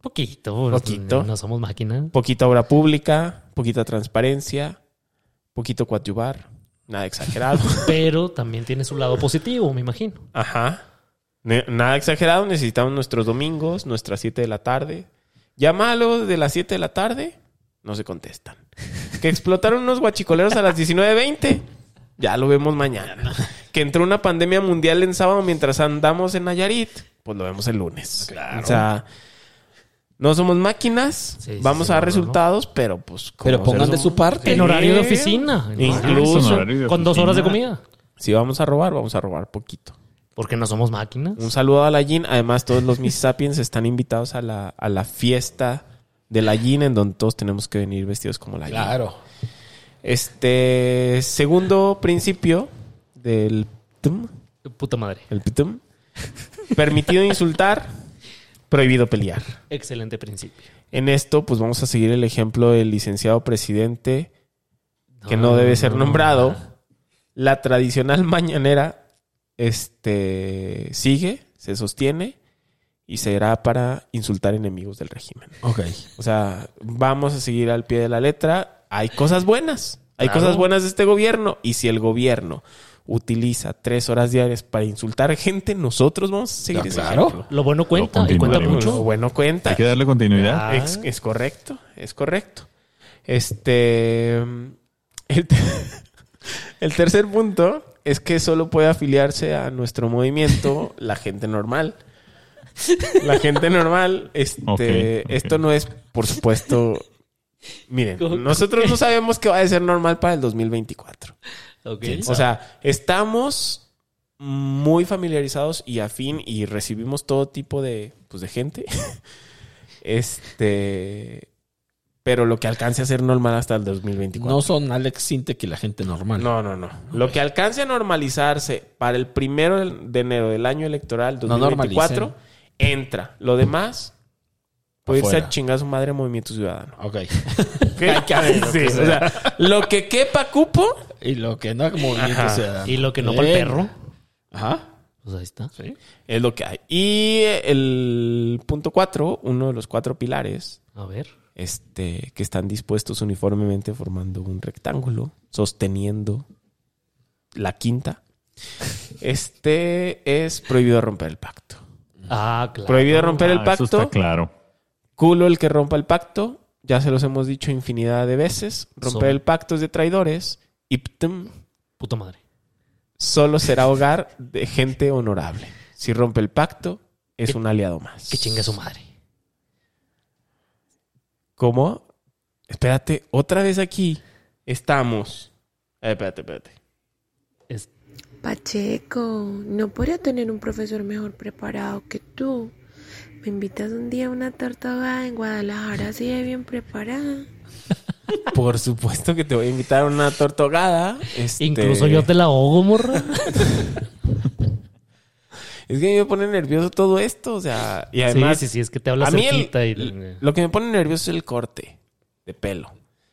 Poquito.
Poquito.
No somos máquinas.
Poquita obra pública, poquita transparencia, poquito coadyuvar, nada exagerado.
Pero también tiene su lado positivo, me imagino.
Ajá. Ne- Nada exagerado, necesitamos nuestros domingos, nuestras 7 de la tarde. Llámalo de las 7 de la tarde, no se contestan. Que explotaron unos guachicoleros a las 19.20, ya lo vemos mañana. Que entró una pandemia mundial en sábado mientras andamos en Nayarit, pues lo vemos el lunes. O sea, no somos máquinas,
Sí, sí,
vamos
sí,
a dar
no, no, no.
resultados, pero pues... como
Pero pongan de
seres
su parte.
En horario de oficina.
Ah,
En
Incluso
horario de
horario de
Con dos horas de
oficina.
comida.
Si vamos a robar, vamos a robar poquito.
Porque no somos máquinas.
Un saludo a la Gin. Además, todos los Miss Sapiens están invitados a la, a la fiesta de la Gin, en donde todos tenemos que venir vestidos como la Gin.
Claro.
Este segundo principio del PTM,
Puta madre.
el PTM, permitido insultar, prohibido pelear.
Excelente principio.
En esto, pues vamos a seguir el ejemplo del licenciado presidente que no, debe ser
no,
nombrado, La tradicional *laughs* mañanera este, sigue, se sostiene y será para insultar enemigos del régimen.
Ok.
O sea, vamos a seguir al pie de la letra. Hay cosas buenas. Hay
Claro.
cosas buenas de este gobierno. Y si el gobierno utiliza tres horas diarias para insultar gente, nosotros vamos a seguir
Ah,
ese
claro.
ejemplo.
Lo bueno cuenta y cuenta
continuaremos.
Lo
mucho.
bueno cuenta.
Hay que darle continuidad.
Ah.
Es, es correcto, es correcto. Este. El, te- *laughs* el tercer punto es que solo puede afiliarse a nuestro movimiento la gente normal. La gente normal, este,
Ok, ok.
esto no es, por supuesto.
¿Cómo-
Miren, nosotros no sabemos qué va a ser normal para el 2024.
Ok.
O sea, estamos muy familiarizados y afín y recibimos todo tipo de, pues, de gente. *laughs* este. Pero lo que alcance a ser normal hasta el 2024.
No son Alex Sintek y la gente normal.
No, no, no. Lo que alcance a normalizarse para el primero de enero del año electoral
No
2024 entra. Lo demás puede irse
Afuera.
a chingar a su madre Movimiento Ciudadano.
Ok.
*laughs* Sí, o sea, lo que quepa cupo,
Y lo que no, como movimiento
Ajá.
ciudadano.
Y lo que no para el
Bien.
perro.
Ajá.
Pues ahí está.
Es lo que hay. Y el punto cuatro, uno de los cuatro pilares,
A ver.
este, que están dispuestos uniformemente formando un rectángulo, sosteniendo la quinta. Este es prohibido romper el pacto.
Ah, claro.
Prohibido romper el
Ah, Eso está
pacto.
claro.
Culo el que rompa el pacto. Ya se los hemos dicho infinidad de veces. Romper
Sobre.
el pacto es de traidores. Iptum
Puta madre.
solo será hogar de gente honorable. Si rompe el pacto, es
Que-
un aliado más.
Que chingue su madre.
¿Cómo? Espérate, otra vez aquí estamos. Eh, espérate, espérate.
Es-
Pacheco, no podría tener un profesor mejor preparado que tú. Me invitas un día a una torta ahogada en Guadalajara así de bien preparada.
Por supuesto que te voy a invitar a una torta ahogada. este-
Incluso yo te la ahogo, morra.
Es que a mí me pone nervioso todo esto, o sea, *laughs* y además
sí, sí, sí, es que te habla
a mí el-
cerquita y-
l- lo que me pone nervioso es el corte de pelo.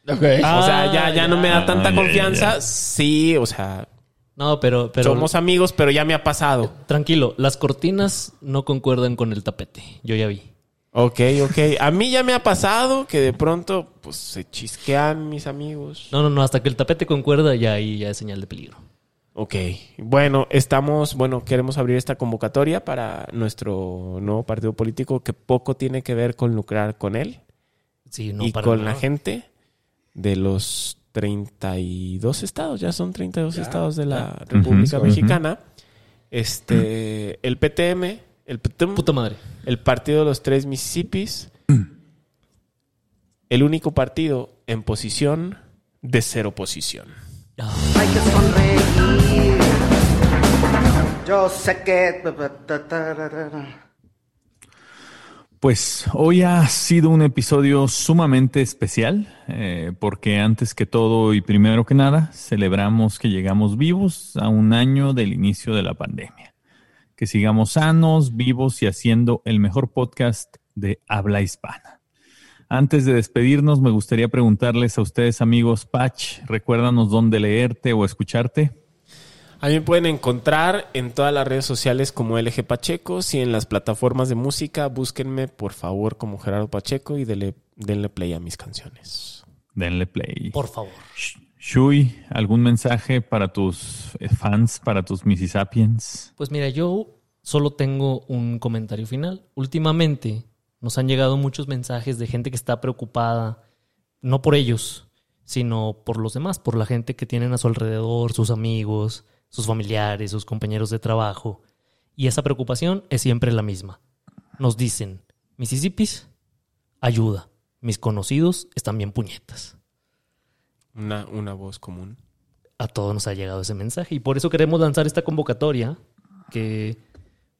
Ok.
o sea, ya,
Ah,
ya, no me da tanta
Ah, ya, ya,
confianza.
ya.
Sí, o sea,
No, pero, pero
somos amigos, pero ya me ha pasado.
tranquilo, las cortinas no concuerdan con el tapete. Yo ya vi.
Ok, ok. A mí ya me ha pasado que de pronto, pues, se chisquean mis amigos.
No, no, no, hasta que el tapete concuerda, ya ahí ya es señal de peligro.
Ok, bueno, estamos, bueno, queremos abrir esta convocatoria para nuestro nuevo partido político que poco tiene que ver con lucrar con él
Sí, no,
y
para
con
nada.
la gente de los 32 estados, ya son 32 estados de la República
Ujú, ujú.
Mexicana. Este, el PTM, el PTM,
Puta madre.
el Partido de los Tres Mississippis, el único partido en posición de ser oposición.
Ah,
Hay que sonreír.
Yo sé que... pa, pa, ta, tararara.
Pues hoy ha sido un episodio sumamente especial, eh, porque antes que todo y primero que nada, celebramos que llegamos vivos a un año del inicio de la pandemia. Que sigamos sanos, vivos y haciendo el mejor podcast de habla hispana. Antes de despedirnos, me gustaría preguntarles a ustedes, amigos Patch, recuérdanos dónde leerte o escucharte.
A mí me pueden encontrar en todas las redes sociales como LG Pacheco. Si en las plataformas de música, búsquenme por favor como Gerardo Pacheco y dele- denle play a mis canciones.
Denle play.
por favor.
Sh- Shui, ¿algún mensaje para tus eh, fans, para tus Mississappians?
Pues mira, yo solo tengo un comentario final. Últimamente nos han llegado muchos mensajes de gente que está preocupada, no por ellos, sino por los demás, por la gente que tienen a su alrededor, sus amigos, sus familiares, sus compañeros de trabajo. Y esa preocupación es siempre la misma. Nos dicen, Mississippis, ayuda. Mis conocidos están bien puñetas.
Una, una voz común.
a todos nos ha llegado ese mensaje y por eso queremos lanzar esta convocatoria que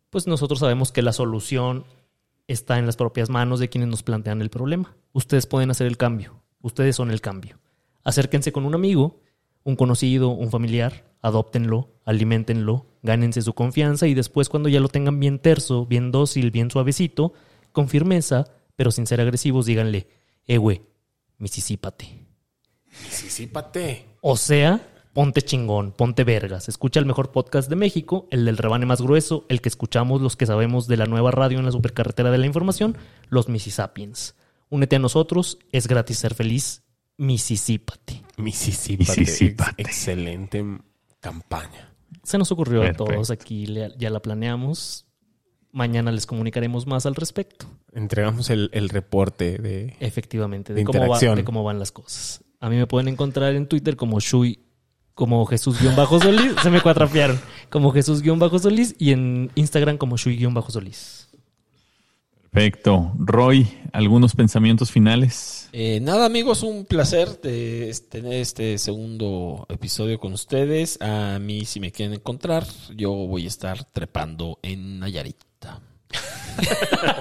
pues nosotros sabemos que la solución está en las propias manos de quienes nos plantean el problema. Ustedes pueden hacer el cambio, ustedes son el cambio. Acérquense con un amigo, un conocido, un familiar, adóptenlo, alimentenlo, gánense su confianza y después cuando ya lo tengan bien terso, bien dócil, bien suavecito, con firmeza, pero sin ser agresivos, díganle, eh güey, misisípate.
Sí, sí, pate.
O sea, Ponte chingón, ponte vergas. Escucha el mejor podcast de México, el del rebane más grueso, el que escuchamos los que sabemos de la nueva radio en la supercarretera de la información, los Mississippians. Únete a nosotros, es gratis ser feliz. Misisípate.
Misisípate.
Misisípate.
Ex- Excelente campaña.
Se nos ocurrió
Perfecto.
a todos aquí, le- ya la planeamos. Mañana les comunicaremos más al respecto,
Entregamos el, el reporte de...
efectivamente,
De
de, cómo, va-
interacción.
de cómo van las cosas. A mí me pueden encontrar en Twitter como Shui, como Jesús-Solís. *laughs* se me cuatrapearon. Como Jesús-Solís y en Instagram como Shui-Solís.
Perfecto. Roy, ¿algunos pensamientos finales?
Eh, nada, amigos, un placer de- es- tener este segundo episodio con ustedes. A mí, si me quieren encontrar, yo voy a estar trepando en Nayarit.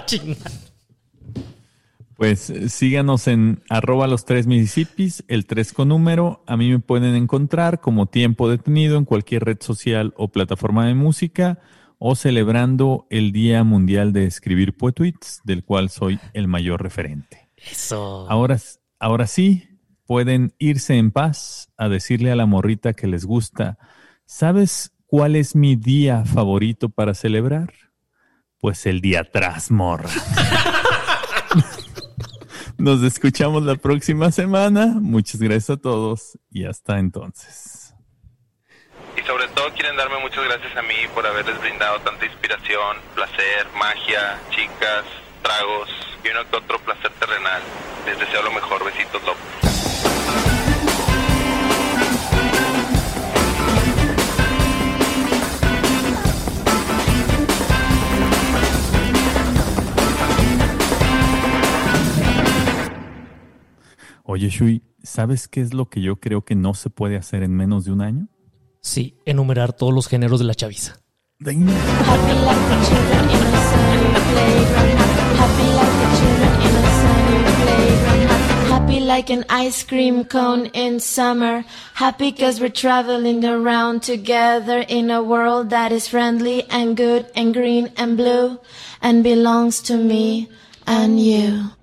Chinga.
Pues eh, síganos en arroba los tres Mississippis, el tres con número. A mí me pueden encontrar como tiempo detenido en cualquier red social o plataforma de música o celebrando el Día Mundial de Escribir Poetweets, del cual soy el mayor referente.
Eso.
Ahora, s- ahora sí, pueden irse en paz a decirle a la morrita que les gusta, ¿sabes cuál es mi día favorito para celebrar? Pues el día atrás, morra. *laughs* Nos escuchamos la próxima semana. Muchas gracias a todos y hasta entonces.
Y sobre todo quieren darme muchas gracias a mí por haberles brindado tanta inspiración, placer, magia, chicas, tragos y uno que otro placer terrenal. Les deseo lo mejor. Besitos, López.
Oye, Shui, ¿sabes qué es lo que yo creo que no se puede hacer en menos de un año?
Sí, enumerar todos los géneros de la chaviza.
Happy like the children in the sun playground. Happy like the children in the sun playground. Happy like an ice cream cone in summer. Happy cause we're traveling around together in a world that is friendly and good and green and blue and belongs to me and you.